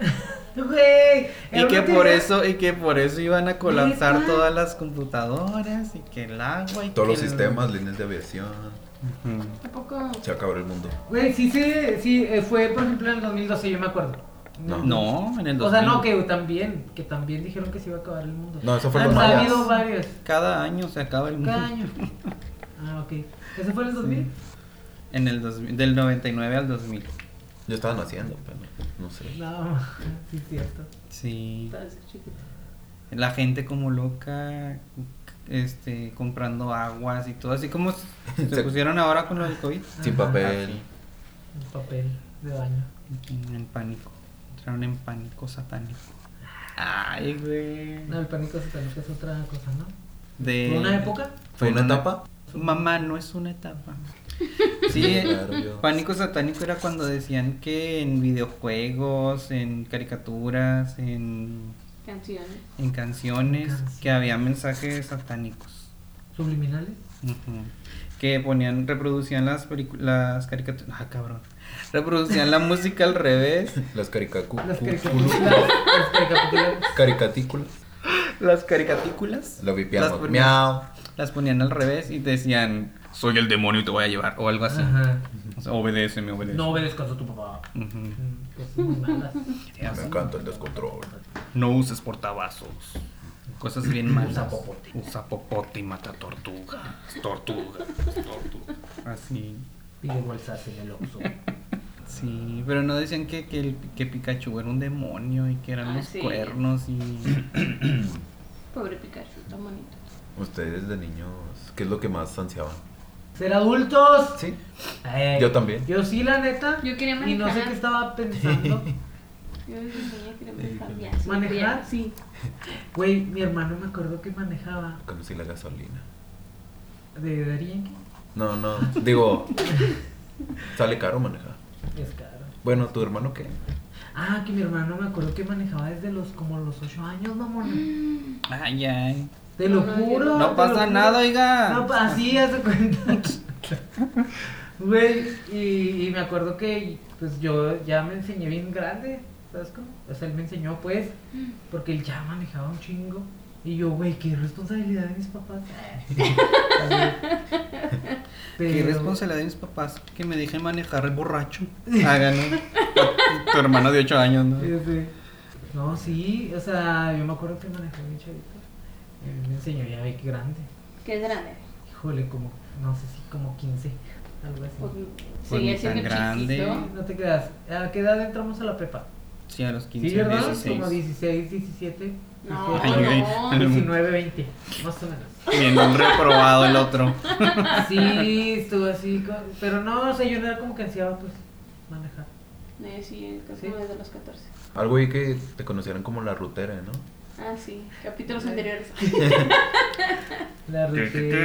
S5: 2000.
S4: Güey.
S2: Y
S4: era
S2: que
S4: una
S2: por
S4: teoría-
S2: eso, y que por eso iban a colapsar
S4: ¿Neta?
S2: todas las computadoras y que el agua y
S5: Todos
S2: que
S5: los
S2: el- Mm.
S5: sistemas, líneas de aviación.
S2: Ujú.
S3: Tampoco.
S5: Se va a acabar el mundo.
S4: Güey, sí, sí, sí, eh, fue por ejemplo en el 2012, yo me acuerdo.
S5: No.
S2: No, en el 2000.
S4: O sea, no, que también, que también dijeron que se iba a acabar el mundo.
S5: No, eso fue
S4: Han
S5: los mayas.
S4: habido varios.
S2: Cada año se acaba
S7: Mm.
S2: el mundo.
S4: Cada año. Ah, ok. ¿Eso fue en el 2000?
S2: En el 2000, del 99 al 2000.
S5: Yo estaba naciendo, pero no sé.
S4: No, sí, es cierto.
S2: Sí.
S3: Entonces, chiquito.
S2: La gente como loca, este, comprando aguas y todo, así como s- se
S5: Se-
S2: pusieron ahora con lo del COVID.
S5: Sin
S4: Ajá.
S5: papel.
S2: Ah,
S4: Un papel de baño.
S2: En pánico. Entraron en pánico satánico. Ay, güey.
S4: No, el pánico satánico es otra cosa, ¿no?
S5: Eh,
S2: De...
S4: ¿Fue una época?
S5: ¿Fue una etapa?
S2: Mamá, no es una etapa. Sí,
S5: Claro, yo-
S2: pánico satánico era cuando decían que en videojuegos, en caricaturas, en,
S3: Canciones.
S2: en canciones,
S4: Canciones.
S2: que había mensajes satánicos.
S4: ¿Subliminales?
S2: Ujú. Que ponían, reproducían las, pelicu- las caricaturas. Ah, cabrón. Reproducían la música al revés.
S5: Las caricacu-
S4: Las
S5: cu-
S4: caricaturas. las caricaturas.
S5: Caricatículas.
S2: Las caricaturas.
S5: Lo
S2: Las
S5: vipiamos.
S2: ponían-
S5: Miau.
S2: Las ponían al revés y te decían, soy el demonio y te voy a llevar, o algo así.
S4: Ajá.
S2: O sea, obedece, me obedece.
S7: No obedezcas a tu papá.
S2: Ujú.
S4: Cosas Mm, pues, muy malas.
S2: Sí, así.
S5: Me encanta el descontrol.
S2: No uses portavasos. Cosas bien malas.
S7: Usa popote.
S2: Usa popote y mata tortugas. Tortugas, tortugas. Así.
S7: Pide bolsas en el Oxxo.
S2: Sí, pero no decían que, que, el- que Pikachu era un demonio y que eran
S3: Ah,
S2: los
S3: sí.
S2: cuernos y...
S3: Pobre Pikachu, tan bonito.
S5: Ustedes de niños, ¿qué es lo que más ansiaban?
S4: Ser adultos.
S5: Sí.
S4: Ay,
S5: Yo también.
S4: Yo sí, la neta.
S3: Yo quería
S4: Y no sé
S3: manejar.
S4: qué estaba pensando.
S3: Yo desde niña quería manejar. ya, sí,
S4: pues, ¿Manejar?
S3: ya, Sí.
S4: Güey, mi hermano me acordó que manejaba
S5: Conocí la gasolina.
S4: de Darien.
S5: No, no. Digo, sale caro manejar.
S4: Es caro.
S5: Bueno, ¿tu hermano qué?
S4: Ah, que mi hermano me acordó que manejaba desde los como los 8 años, mamón.
S2: Ay, ay.
S4: Te lo
S3: Mm. No, no, yo
S4: juro.
S3: no.
S4: te
S2: No
S4: lo
S2: pasa
S4: juro.
S2: nada, oiga.
S4: No, pa- así hace cuenta. Güey, y, y me acuerdo que pues yo ya me enseñé bien grande, ¿sabes cómo? O sea, él me enseñó pues,
S3: Mm.
S4: porque él ya manejaba un chingo. Y yo, güey, qué responsabilidad de mis papás. Pero-
S2: Qué responsabilidad de mis papás que me dejen manejar borracho. Háganlo. tu hermano de 8 años, ¿no?
S4: Ya sé. No, sí, o sea, yo me acuerdo que manejaba mi chavito. Él me enseñó ya ve que grande.
S3: Que es grande.
S4: Híjole, como, no sé si como 15, algo así.
S3: Pues,
S2: ni
S3: seguía
S2: tan
S3: siendo
S2: grande.
S3: chiquito.
S4: No te creas. ¿A qué edad entramos a la prepa?
S2: Sí, a los 15,
S4: sí, ¿verdad?
S2: 16.
S4: Como 16, 17,
S3: No,
S2: Ay, güey.
S3: no.
S4: 19, 20, más o menos.
S2: Bien, un reprobado el otro.
S4: Sí, estuvo así, co- pero no, o sea, yo no era como que ansiaba, pues, manejar.
S3: No, yo sí, casi
S4: Sí.
S3: desde los 14.
S5: Algo ahí que te conocieran como la rutera, ¿no?
S3: Ah, sí, capítulos anteriores.
S4: La rutina.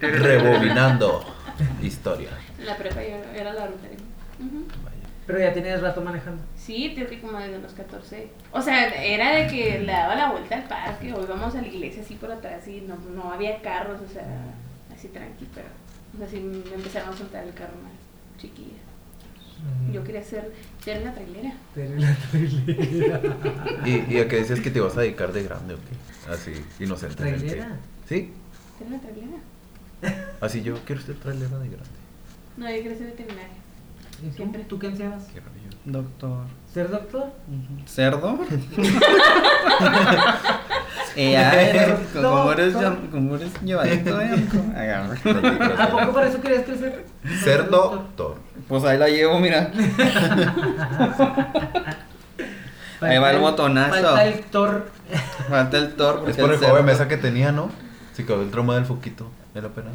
S5: Rebobinando historia.
S3: La prepa yo era la rutina. Ujú.
S4: Pero ya tenías rato manejando.
S3: Sí, te que como desde los 14. O sea, era de que le daba la vuelta al parque o íbamos a la iglesia así por atrás y no, no había carros, o sea, así tranqui, pero o sea, sí me empezaron a soltar el carro más chiquilla. Yo
S4: Mm.
S3: quería ser, ser la trailera.
S4: Pero la trailera.
S5: ¿Y, y a qué decías que te ibas a dedicar de grande o qué? Así, inocentemente.
S4: ¿Trailera?
S5: Sí,
S3: ¿Ser la trailera?
S5: así yo quiero ser trailera de grande.
S3: No, yo quería ser veterinaria.
S4: ¿Y tú?
S3: Siempre.
S4: ¿Tú qué ansiabas?
S5: Qué rollo.
S2: Doctor.
S4: ¿Ser doctor?
S2: ¿Cerdo? Eh, a ver, como eres, llam- como eres llevadito, eh. Agarra.
S4: ¿A poco para eso querías crecer?
S5: Ser doctor.
S2: Pues ahí la llevo, mira. Ahí va el botonazo.
S4: Falta el tor.
S2: Falta el Thor. porque
S5: Es por el
S2: cerdo-
S5: juego de mesa que tenía, ¿no? Se quedó el trauma del foquito. De la pena.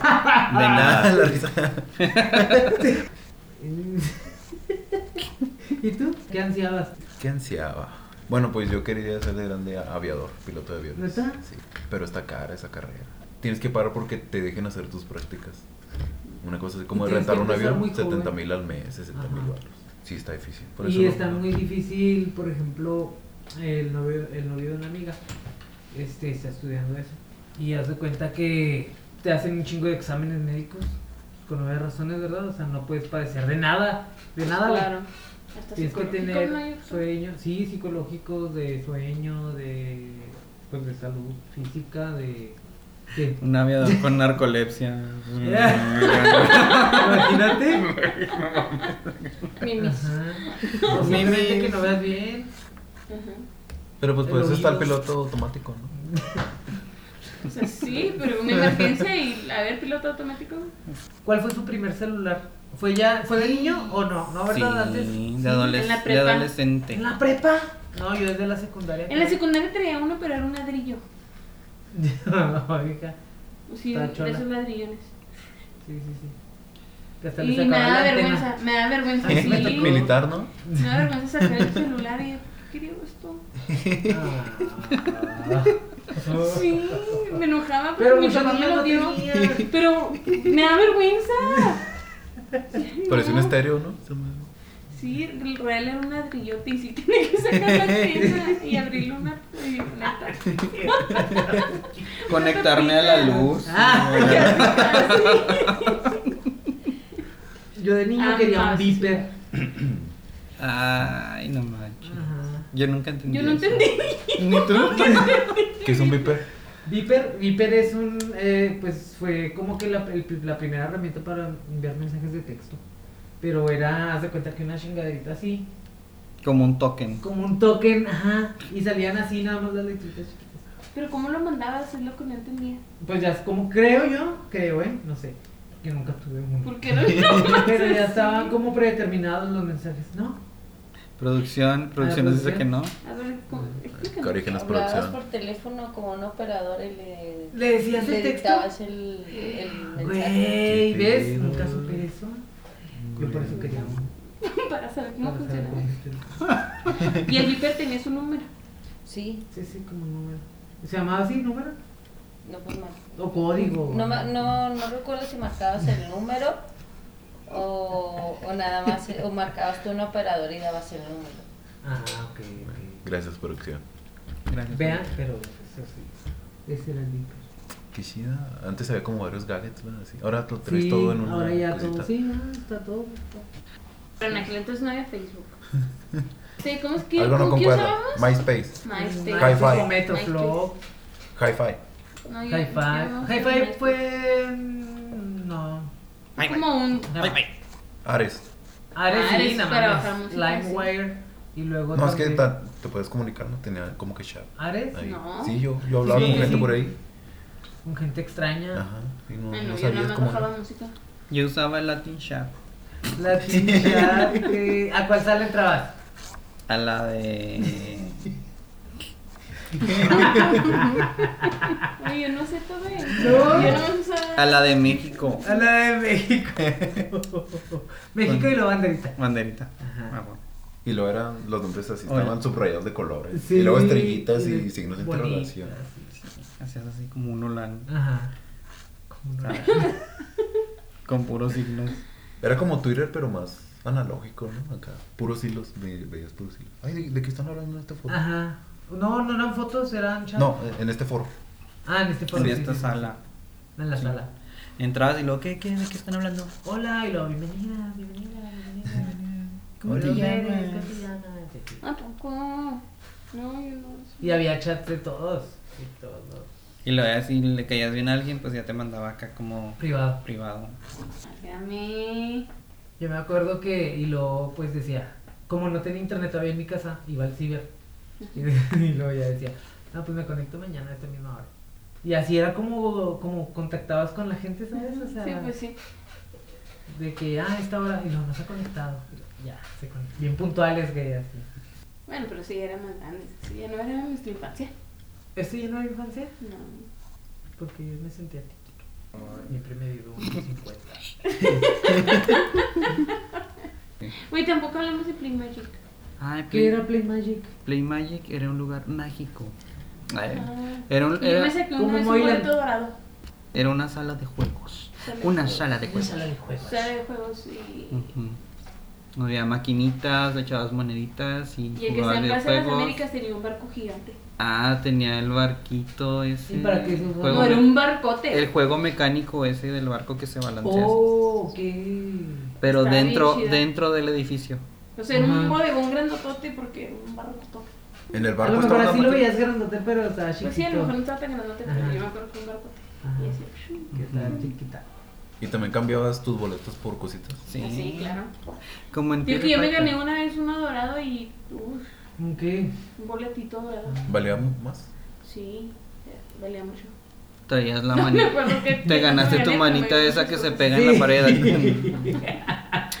S5: Ah.
S2: De nada.
S5: la risa.
S4: ¿Y tú? ¿Qué ansiabas?
S5: ¿Qué ansiaba? Bueno, pues yo quería ser de grande aviador, piloto de aviones.
S4: ¿Neta?
S5: Sí, pero está cara esa carrera. Tienes que parar porque te dejen hacer tus prácticas. Una cosa así como
S4: Y
S5: de
S4: tienes que
S5: rentar un
S4: empezar
S5: avión,
S4: muy
S5: 70
S4: joven.
S5: mil al mes, 60 mil
S4: Ajá.
S5: baros. Sí, está difícil. Por eso
S4: Y
S5: no-
S4: está muy difícil, por ejemplo, el novio, el novio de una amiga este, está estudiando eso. Y haz de cuenta que te hacen un chingo de exámenes médicos con nueve razones, ¿verdad? O sea, no puedes padecer de nada, de nada. güey.
S3: Claro. Hasta
S4: Tienes que
S3: psicológico, ¿no? Yo
S4: tener
S3: creo.
S4: sueños, sí, psicológicos, de sueño, de, pues, de salud física, de... de-
S2: Un aviador con narcolepsia.
S4: Imagínate.
S3: Mimis.
S4: Ajá. O simplemente que no veas bien.
S3: Ajá.
S5: Pero pues
S4: el
S5: por eso está el
S4: oído.
S5: piloto automático, ¿no?
S3: O sea, sí, pero una emergencia y a ver, piloto automático.
S4: ¿Cuál fue su primer celular? ¿Fue ya, fue de niño o no? ¿No,
S2: Sí,
S4: verdad? Antes.
S2: de, adoles-
S3: en la
S2: de
S3: prepa.
S2: adolescente.
S4: ¿En la prepa? No, yo desde la secundaria.
S3: En la secundaria traía uno, pero era un ladrillo.
S4: secundaria. Oiga,
S3: Sí,
S4: Está
S3: de
S4: chola.
S3: esos ladrillones.
S4: sí, sí, sí. Que hasta le
S3: Y me
S4: sacaba
S3: da
S4: la
S3: vergüenza,
S4: antena.
S3: me da vergüenza, sí.
S4: me tocó.
S3: Me
S5: Militar, ¿no?
S3: da vergüenza sacar el celular y ¿qué digo esto?
S4: Ah.
S3: Sí, me enojaba porque
S4: Pero
S3: mi
S4: muchos
S3: papá me
S4: niños
S3: lo
S4: no
S3: dio.
S4: tenían.
S3: Pero me da vergüenza.
S5: Pero es un
S3: No.
S5: estéreo, ¿no?
S3: Sí, el real era un ladrillote y sí tenía que sacar la antena y abrirle una y neta.
S2: Conectarme a la luz.
S4: Ah. Yo de niño
S3: Ah,
S4: quería
S3: no,
S4: un
S3: Ah, sí,
S4: beeper.
S2: Ay, no manches.
S4: Ajá.
S2: Yo nunca entendí.
S3: Yo no
S2: eso.
S3: entendí.
S2: Ni tú.
S5: ¿Qué es un viper?
S4: Viper, Viper es un, eh, pues fue como que la, el- la primera herramienta para enviar mensajes de texto. Pero era, haz de cuenta que una chingaderita así,
S2: Como un token.
S4: como un token, ajá, y salían así nada más las letritas chiquitas.
S3: Pero ¿cómo lo mandabas? Es lo que no entendía.
S4: Pues ya es como, creo yo, creo, ¿eh? No sé, que nunca tuve uno.
S3: ¿Por qué no lo
S4: Pero ya estaban como predeterminados los mensajes, ¿no?
S2: Producción. Producción
S4: Ah,
S2: nos dice que no.
S3: A ver, ¿cómo? explícanos.
S5: Que orígenes
S8: Hablabas
S5: producción.
S8: por teléfono con un operador y le,
S4: ¿Le decías
S8: le
S4: el texto?
S8: dictabas el, el mensaje.
S4: Güey,
S5: Qué
S4: ¿ves?
S5: pedo.
S4: Nunca supe eso. Yo por eso quería uno.
S3: Para saber cómo
S4: para saber
S3: funcionaba.
S4: cómo-
S3: Y el viper tenía su número.
S8: Sí,
S4: Sí, sí, como número. ¿Se llamaba así número?
S8: no pues mal.
S4: O código.
S8: No, ma- no, no recuerdo si marcabas el número o, o nada más, o marcabas tú un operador y dabas el número.
S4: Ah, ok, ok.
S5: Gracias, producción.
S2: Gracias.
S4: Vean, pero eso sí. Ese era el viper.
S5: Qué chida. Antes había como varios gadgets, ¿verdad? Así. Ahora lo traes todo en una
S4: ahora ya todo,
S5: cosita.
S4: sí, ah, está todo.
S3: Pero en aquel entonces no había Facebook. Sí, ¿cómo es que?
S5: Algo no
S3: ¿Con qué
S5: concuerda.
S3: usábamos?
S5: MySpace.
S3: MySpace.
S5: Hi-Fi.
S4: Como Metroflop.
S5: Hi-Fi.
S3: No, yo- yo no
S4: Hi-Fi.
S3: sé
S4: Hi-Fi
S3: MySpace.
S4: fue. mm, No.
S3: Es como un.
S5: Ares.
S4: Ares
S3: Ah, Ares,
S4: sí, nada
S3: pero
S4: más.
S3: para música, sí.
S4: LimeWire. Y luego.
S5: No, es que
S4: también-
S5: ta- te puedes comunicar, ¿no? Tenía como que chat.
S4: Ares,
S5: Ahí.
S3: No.
S5: Sí, yo, yo hablaba
S2: Sí,
S5: con gente
S4: sí. Ah.
S5: por ahí.
S4: con gente extraña.
S5: Ajá. Sí, no,
S3: Ay,
S5: no
S3: no, yo
S5: sabías
S3: nada más
S5: cómo. era.
S3: bajaba música.
S2: Yo usaba el Latin Shop.
S4: La tinta. eh, ¿A cuál sale entrabas?
S2: A la de.
S3: Oye, yo no sé todo eso.
S4: Ah. No.
S3: Yo no usaba.
S2: A la de México.
S4: A la de México. México y la banderita.
S2: Banderita.
S4: Ajá.
S2: Ah, bueno.
S5: Y luego eran los nombres así,
S2: Oye.
S5: estaban subrayados de colores.
S4: Sí,
S5: y luego estrellitas y,
S4: de-
S5: signos de
S4: bonitas,
S5: interrogación.
S4: sí.
S2: Hacías así como un holán.
S4: Ajá. Como una-
S5: Ah,
S2: ¿sabes? Con puros signos.
S5: Era como Twitter, pero más analógico, ¿no? Acá. Puros hilos, ve- veías puros hilos. Ay, ¿de, de qué están hablando en este foro?
S4: Ajá. No, no eran fotos, eran chat.
S5: No, en este foro.
S4: Ah, en este foro.
S2: En
S4: sí,
S2: esta
S4: sí, sí.
S2: sala.
S4: En la
S2: Sí.
S4: sala.
S2: Entrabas y luego, ¿qué, qué, ¿de qué están hablando?
S4: Hola, y lo bienvenida, bienvenida, bienvenida.
S2: ¿Cómo te
S4: Hola,
S2: llamas?
S4: eres? ¿Cómo te llamas? Sí, sí.
S3: ¿A poco? No, yo no usaba.
S4: Y había chats de todos. De todos.
S2: Y lo veías y le caías bien a alguien, pues ya te mandaba acá como
S4: Privado.
S2: privado.
S3: Márcame.
S4: Yo me acuerdo que, y luego pues decía, como no tenía internet todavía en mi casa, iba al ciber. Y, y luego ya decía, no, pues me conecto mañana a esta misma hora. Y así era como, como contactabas con la gente, ¿sabes? O sea,
S3: Sí, pues sí.
S4: de que, ah, a esta hora, y luego no se ha conectado. Y luego, ya, se conectó. Bien puntuales, güey, así.
S3: Bueno, pero sí, era más grande. Sí, ya no era nuestra infancia.
S4: ¿Esto ya no era infancia?
S3: No.
S4: Porque yo me sentía chiquito. Siempre me dio unos 50.
S3: Güey, tampoco hablamos de Play
S2: Eh,
S3: Magic.
S2: Ay,
S4: ¿Qué
S2: Play,
S4: era Play Magic?
S2: Ah, Play Magic era un lugar mágico. Ay,
S3: Ah.
S2: era, eh, un-
S3: Y Yo
S2: era,
S3: me saqué
S4: como
S3: una vez un
S4: Moylan.
S3: boleto dorado.
S2: era una sala de juegos.
S3: Sala de
S2: Una
S3: juegos.
S2: sala de juegos.
S4: de
S3: O
S4: juegos.
S3: sea, de juegos y.
S2: Ujú. Había maquinitas, le echabas moneditas y,
S3: Y el que
S2: jugabas
S3: está en Plaza de las
S2: videojuegos.
S3: Américas tenía un barco gigante.
S2: Ah, tenía el barquito ese.
S4: ¿Y para qué es un juego?
S2: juego
S3: No, era
S2: me-
S3: un barcote.
S2: El juego mecánico ese del barco que se balancea.
S4: Oh, ok.
S2: Pero
S3: Está bien
S2: dentro
S3: chida.
S2: dentro del edificio.
S3: O sea, era un
S4: Ajá.
S3: bodegón grandotote porque era un barcotote.
S5: En el
S4: A
S5: barco
S4: lo mejor
S5: estaba
S4: así
S5: la
S4: lo
S5: maqui-
S4: veías grandote, pero estaba chiquito.
S3: Pues sí, a lo mejor no estaba tan grandote, pero
S4: Ajá.
S3: yo me acuerdo que un barcote.
S4: Ajá.
S3: Y así. shum.
S4: Que estaba chiquita.
S5: Y también cambiabas tus boletos por cositas.
S2: Sí,
S3: Así, claro.
S2: Como en
S3: Digo que
S2: Peter
S3: yo me
S2: Parker.
S3: gané una vez uno dorado y. Uf,
S4: Ok.
S3: un boletito dorado.
S5: ¿Valía más?
S3: Sí, eh, valía mucho.
S2: Traías la
S3: Me
S2: manita.
S3: acuerdo que.
S2: Te ganaste tu manita esa que se pega en la pared.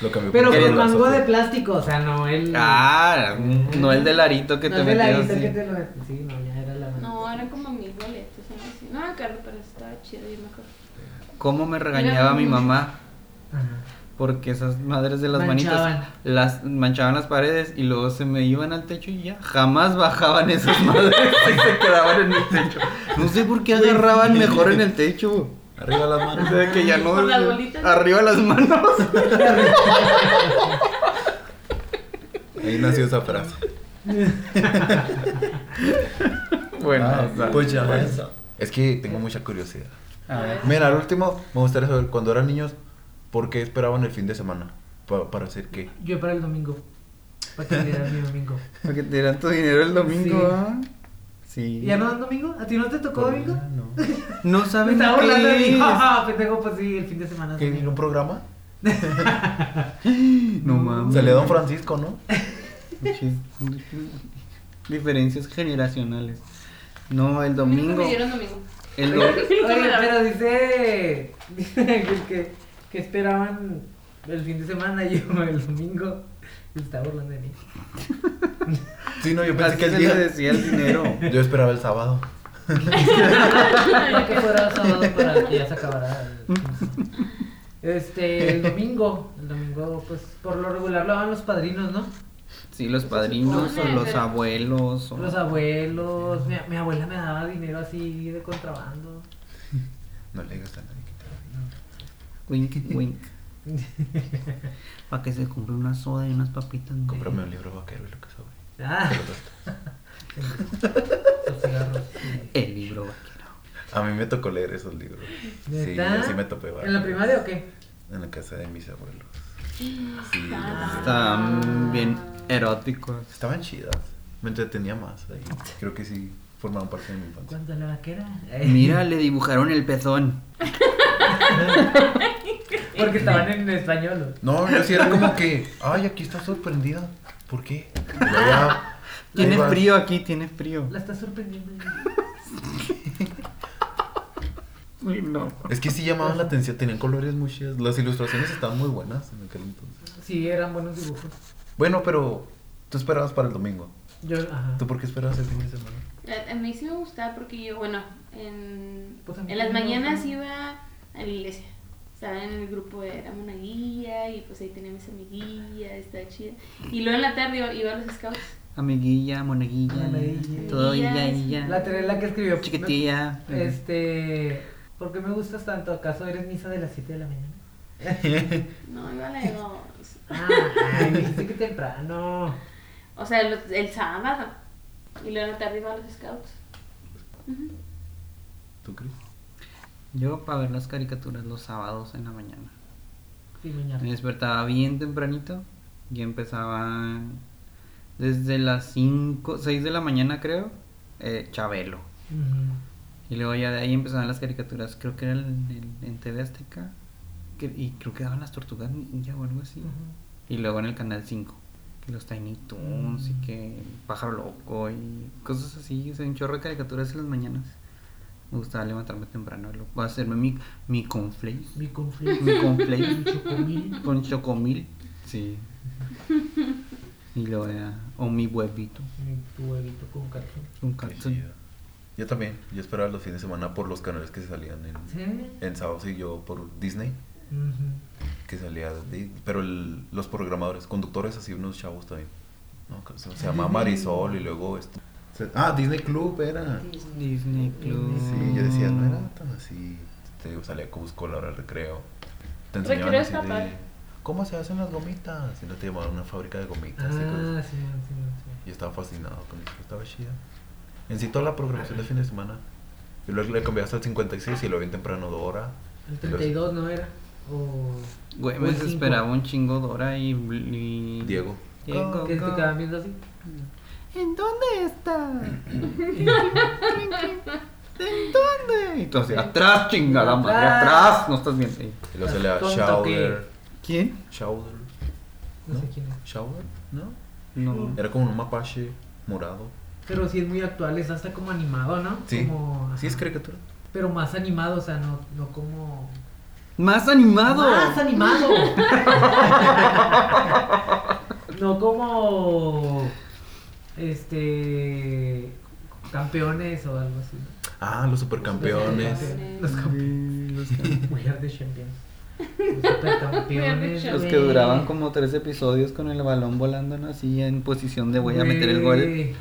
S5: Lo cambié
S4: Pero
S5: por
S4: con
S5: un brazo.
S4: mango de plástico, o sea, no el.
S2: Ah, no el del arito que
S4: no
S2: te
S4: es el
S2: metías
S4: arito
S2: así.
S4: que te lo- Sí, no, ya era la
S3: No, eran como mil boletos. algo así. No, Carlos, pero estaba chido y mejor.
S2: ¿Cómo me regañaba mi mamá?
S4: Ajá.
S2: Porque esas madres de las
S4: Manchaban.
S2: manitas las manchaban las paredes y luego se me iban al techo y ya jamás bajaban esas madres y se quedaban en el techo. No sé por qué agarraban mejor en el techo.
S5: Arriba las
S4: Ah,
S2: O
S5: manos.
S2: sea, que ya no.
S3: Con las bolitas.
S2: Arriba las manos.
S5: Ahí nació esa frase.
S2: Bueno,
S5: Ah,
S2: o sea,
S5: pues ya eso. Es que tengo mucha curiosidad.
S2: A ver.
S5: Mira, al último me gustaría saber, cuando eran niños, ¿por qué esperaban el fin de semana? Pa- ¿Para hacer qué?
S4: Yo para el domingo. Para que me dieran mi domingo.
S2: Porque te dirán tu dinero el domingo,
S4: Sí.
S2: ¿ah? Sí. Pues
S4: ¿Ya no dan domingo? ¿A ti no te tocó domingo?
S5: Ah, No.
S2: No
S4: Me
S2: saben
S4: estaba
S2: qué
S4: burlando de mí.
S2: es.
S4: Ja, ja, pendejo, pues sí, el fin de semana.
S5: ¿Qué? ¿En un programa?
S2: No mames.
S5: Se le da a Don Francisco, ¿no?
S2: Pinches Diferencias generacionales. No, el domingo.
S3: Me dieron domingo.
S2: El do-
S4: Oye, pero dice, dice que, que esperaban el fin de semana y yo el domingo. Se está burlando de mí.
S5: Sí, no, yo
S2: Así
S5: pensé que el
S2: se le
S5: día.
S2: decía el dinero.
S5: Yo esperaba el sábado.
S7: Porque fuera sábado para que ya se acabara. el-
S4: Este, el domingo, el domingo, pues por lo regular lo hagan los padrinos, ¿no?
S2: Sí, los padrinos o
S3: supone,
S2: los
S3: pero-
S2: abuelos. O...
S4: Los abuelos, mi, mi abuela me daba dinero así de contrabando.
S5: No le digas a nadie que
S2: Wink,
S5: te
S2: wink. Para que se compre una soda y unas papitas. ¿no?
S5: Cómprame un libro vaquero y lo que sobre.
S4: Ah, los cigarros.
S2: El libro vaquero.
S5: A mí me tocó leer esos libros. Sí,
S4: ¿Neta?
S5: sí me topé. varios.
S4: ¿En la primaria o qué?
S5: En la casa de mis abuelos. Sí,
S4: Ah.
S5: los leí.
S2: Están bien eróticos.
S5: Estaban chidas. Me entretenía más ahí. Creo que sí formaron parte de mi infancia.
S4: ¿Cuánto la vaquera?
S2: Mira, le dibujaron el pezón.
S5: eh,
S4: Porque estaban en español.
S5: No, yo sí era como que, ay, aquí está sorprendida. ¿Por qué? Y luego ya-
S2: Tienes
S5: ahí vas.
S2: frío aquí, tienes frío.
S4: La está sorprendiendo.
S2: Uy, no.
S5: Es que sí llamaban la atención, tenían colores muy chidas. Las ilustraciones estaban muy buenas en aquel entonces.
S4: Sí, eran buenos dibujos.
S5: Bueno, pero tú esperabas para el domingo.
S4: Yo, ajá.
S5: ¿Tú por qué esperabas el fin de semana?
S3: A, a mí sí Eh, me gustaba porque yo, bueno, en,
S4: Pues a mí
S3: en las
S4: también me
S3: mañanas
S4: gustaba.
S3: iba a la iglesia. Estaba en el grupo, era una guía y pues ahí tenía mis amiguillas, estaba chida. Y luego en la tarde iba- iba a los scouts.
S2: Amiguilla, monaguilla,
S4: Monaguilla.
S2: todo ya, ya.
S4: La tele- la que escribió.
S2: Chiquitilla.
S4: Este. ¿Por qué me gustas tanto? ¿Acaso eres misa de las 7 de la mañana?
S3: No, iba a la de dos.
S4: Ah, ay, dijiste que temprano.
S3: O sea, los- el sábado. Y luego en la tarde iba a los scouts. Ujú.
S5: ¿Tú crees?
S2: Yo para ver las caricaturas los sábados en la mañana.
S4: Sí, mañana.
S2: Me despertaba bien tempranito y empezaba desde las 5, 6 de la mañana creo, eh, Chabelo.
S4: Ujú.
S2: Y luego ya de ahí empezaban las caricaturas, creo que era en, en- en TV Azteca que- y creo que daban las tortugas ninja o algo así.
S4: Ujú.
S2: Y luego en el canal 5, que los Tiny Toons y que Pájaro Loco y cosas así. O sea, un chorro de caricaturas en las mañanas. Me gustaba levantarme temprano, lo- voy a hacerme mi, mi conflay.
S4: Mi conflicto.
S2: Mi conflay
S4: Chocomil.
S2: con chocomil. Sí. Y luego ya, o mi huevito,
S4: mi- Tu huevito con calzón.
S2: un
S5: Qué
S2: calzón.
S5: chido. Yo también. Yo esperaba los fines de semana por los canales que salían en,
S4: ¿Sí?
S5: en sábado y yo por Disney.
S4: Ujú.
S5: Que salía de- pero el- los programadores, conductores así, unos chavos también. ¿no? Que Se, se llamaba Marisol y luego esto. se- ah, Disney Club era.
S2: Disney Club.
S5: Sí, yo decía, no era tan así. Te digo, salía Cusco a la hora del recreo. Te enseñaban
S3: Recreo
S5: así de,
S3: estatal.
S5: ¿Cómo se hacen las gomitas? Y no te llamaban a una fábrica de gomitas. y
S4: Ah,
S5: cosas.
S4: sí, sí, sí.
S5: Yo estaba fascinado con eso, estaba chida. En sí, toda la programación del fin de semana. Y luego le cambiaste al 56 y lo vi en temprano de hora.
S4: El 32 no era. O.
S2: Güey,
S4: o
S2: me
S4: el cinco.
S2: desesperaba un chingo Dora y. y-
S5: Diego.
S2: Diego.
S4: Que este te quedaban viendo así.
S2: ¿En dónde está? ¿En dónde? Y tú así, atrás, chingada madre, atrás. No estás viendo.
S5: Y luego se le da
S4: Tonto
S5: Shower.
S2: ¿Quién?
S5: Shower.
S4: No, sé quién es.
S5: Shower, ¿no?
S2: No.
S5: Era como un mapache morado.
S4: Pero sí es muy actual, es hasta como animado, ¿no?
S5: Sí.
S4: Como-
S5: Sí, es
S4: ajá.
S5: caricatura.
S4: Pero más animado, o sea, no, no como.
S2: Más animado.
S4: ¡Más Ah, animado! no como. Este. Campeones o algo así. ¿no?
S5: Ah, los supercampeones.
S4: Los campeones. We are the champions. Los supercampeones.
S2: Los
S4: güey.
S2: que duraban como tres episodios con el balón volando ¿no? así en posición de voy a meter el gol. Mm.
S4: Güey,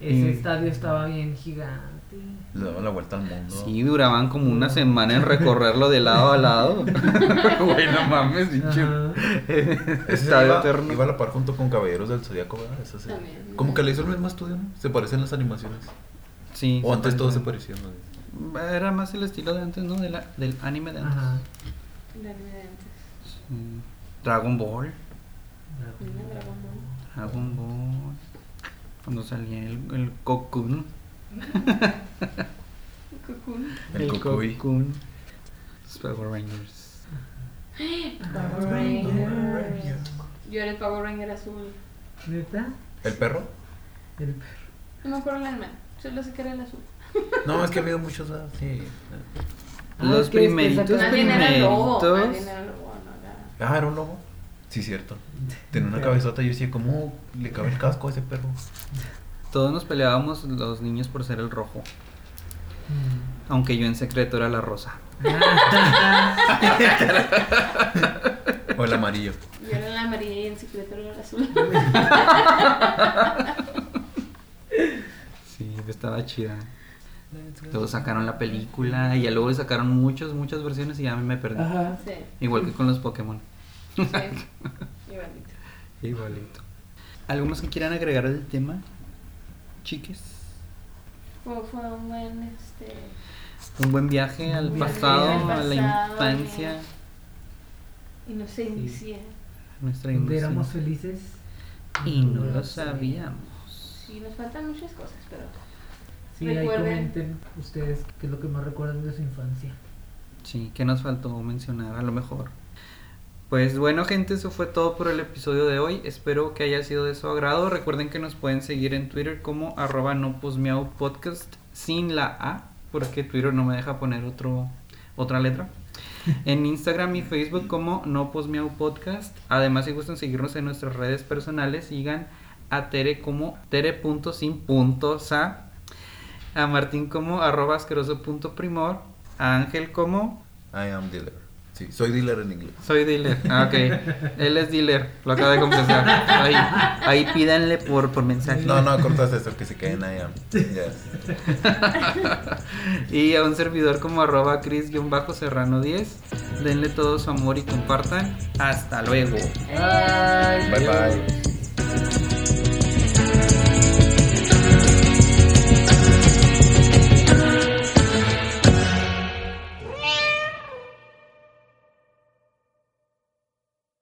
S4: Ese
S2: Y-
S4: estadio estaba bien gigante.
S5: Le daban la vuelta al mundo.
S2: Sí, duraban como una semana en recorrerlo de lado a lado. Güey, no mames, pinche.
S4: Ajá.
S5: Ese
S2: Estadio
S5: iba,
S2: eterno.
S5: iba a la par junto con Caballeros del Zodíaco, ¿verdad? Esa serie.
S3: También.
S5: Como que le hizo el mismo estudio, ¿no? Se parecen las animaciones.
S2: Sí.
S5: O antes todo se
S2: parecía.
S5: parecía, ¿no?
S2: Era más el estilo de antes, ¿no? De la- del anime de antes.
S4: Ajá.
S3: La de antes.
S2: Sí. Dragon Ball.
S3: Una dragón.
S2: Dragon Ball. Cuando salía el, el Cocoon.
S3: Cocoon.
S5: El Cocuy.
S2: Cocoon. Los Power Rangers.
S8: Power Rangers.
S3: Yo era el Power Ranger azul.
S4: ¿Neta?
S5: ¿El perro?
S4: El perro.
S3: No me acuerdo el animal. Solo sé que era el azul.
S5: No, es que ha habido muchos. ah, Sí.
S4: Ah,
S2: los
S4: es que- es que
S2: primeritos.
S4: sacaron-
S3: Más bien era el lobo. Más bien
S2: primeritos.
S3: era el lobo, no era.
S5: Ah, era un lobo. Sí, cierto. Tenía una cabezota y yo decía, ¿cómo le cabe el casco a ese perro?
S2: Todos nos peleábamos los niños por ser el rojo. Aunque yo en secreto era la rosa.
S5: O el amarillo.
S3: Yo era la amarilla y en secreto era el azul.
S2: Sí, estaba chida. Luego sacaron la película y ya luego le sacaron muchas, muchas versiones y ya me perdí.
S4: Ajá.
S3: Sí,
S2: Igual que con los Pokémon.
S3: sí. Igualito.
S2: Igualito. ¿Algunos que quieran agregar al tema? Chiques.
S3: Fue, fue un buen, este...
S2: Un buen viaje al
S4: buen
S2: pasado,
S4: viaje al
S2: a la
S3: pasado,
S2: infancia,
S3: Inocencia.
S2: nuestra
S4: Donde éramos
S2: infancia.
S4: felices.
S2: Y no lo sabíamos.
S3: Sí, nos faltan muchas cosas, pero...
S4: Sí, ahí
S3: Recuerden.
S4: comenten ustedes qué es lo que más recuerdan de su infancia.
S2: Sí, que nos faltó mencionar a lo mejor. Pues bueno gente, eso fue todo por el episodio de hoy. Espero que haya sido de su agrado. Recuerden que nos pueden seguir en Twitter como arroba no pues, miau podcast sin la A, porque Twitter no me deja poner otro, otra letra. En Instagram y Facebook como no pues, miau podcast. Además, si gustan seguirnos en nuestras redes personales, sigan a Tere como tere.sin.sa a Martín como arroba asqueroso punto primor, a Ángel como
S5: I am dealer. Sí, soy dealer en inglés.
S2: soy dealer. Ah, ok. Él es dealer, lo acaba de confesar. Ahí, ahí pídanle por, por mensaje.
S5: No, no, cortas eso, que se quede en I am. Yes.
S2: Y a un servidor como arroba cris-serrano10. Denle todo su amor y compartan. Hasta luego.
S5: Bye bye.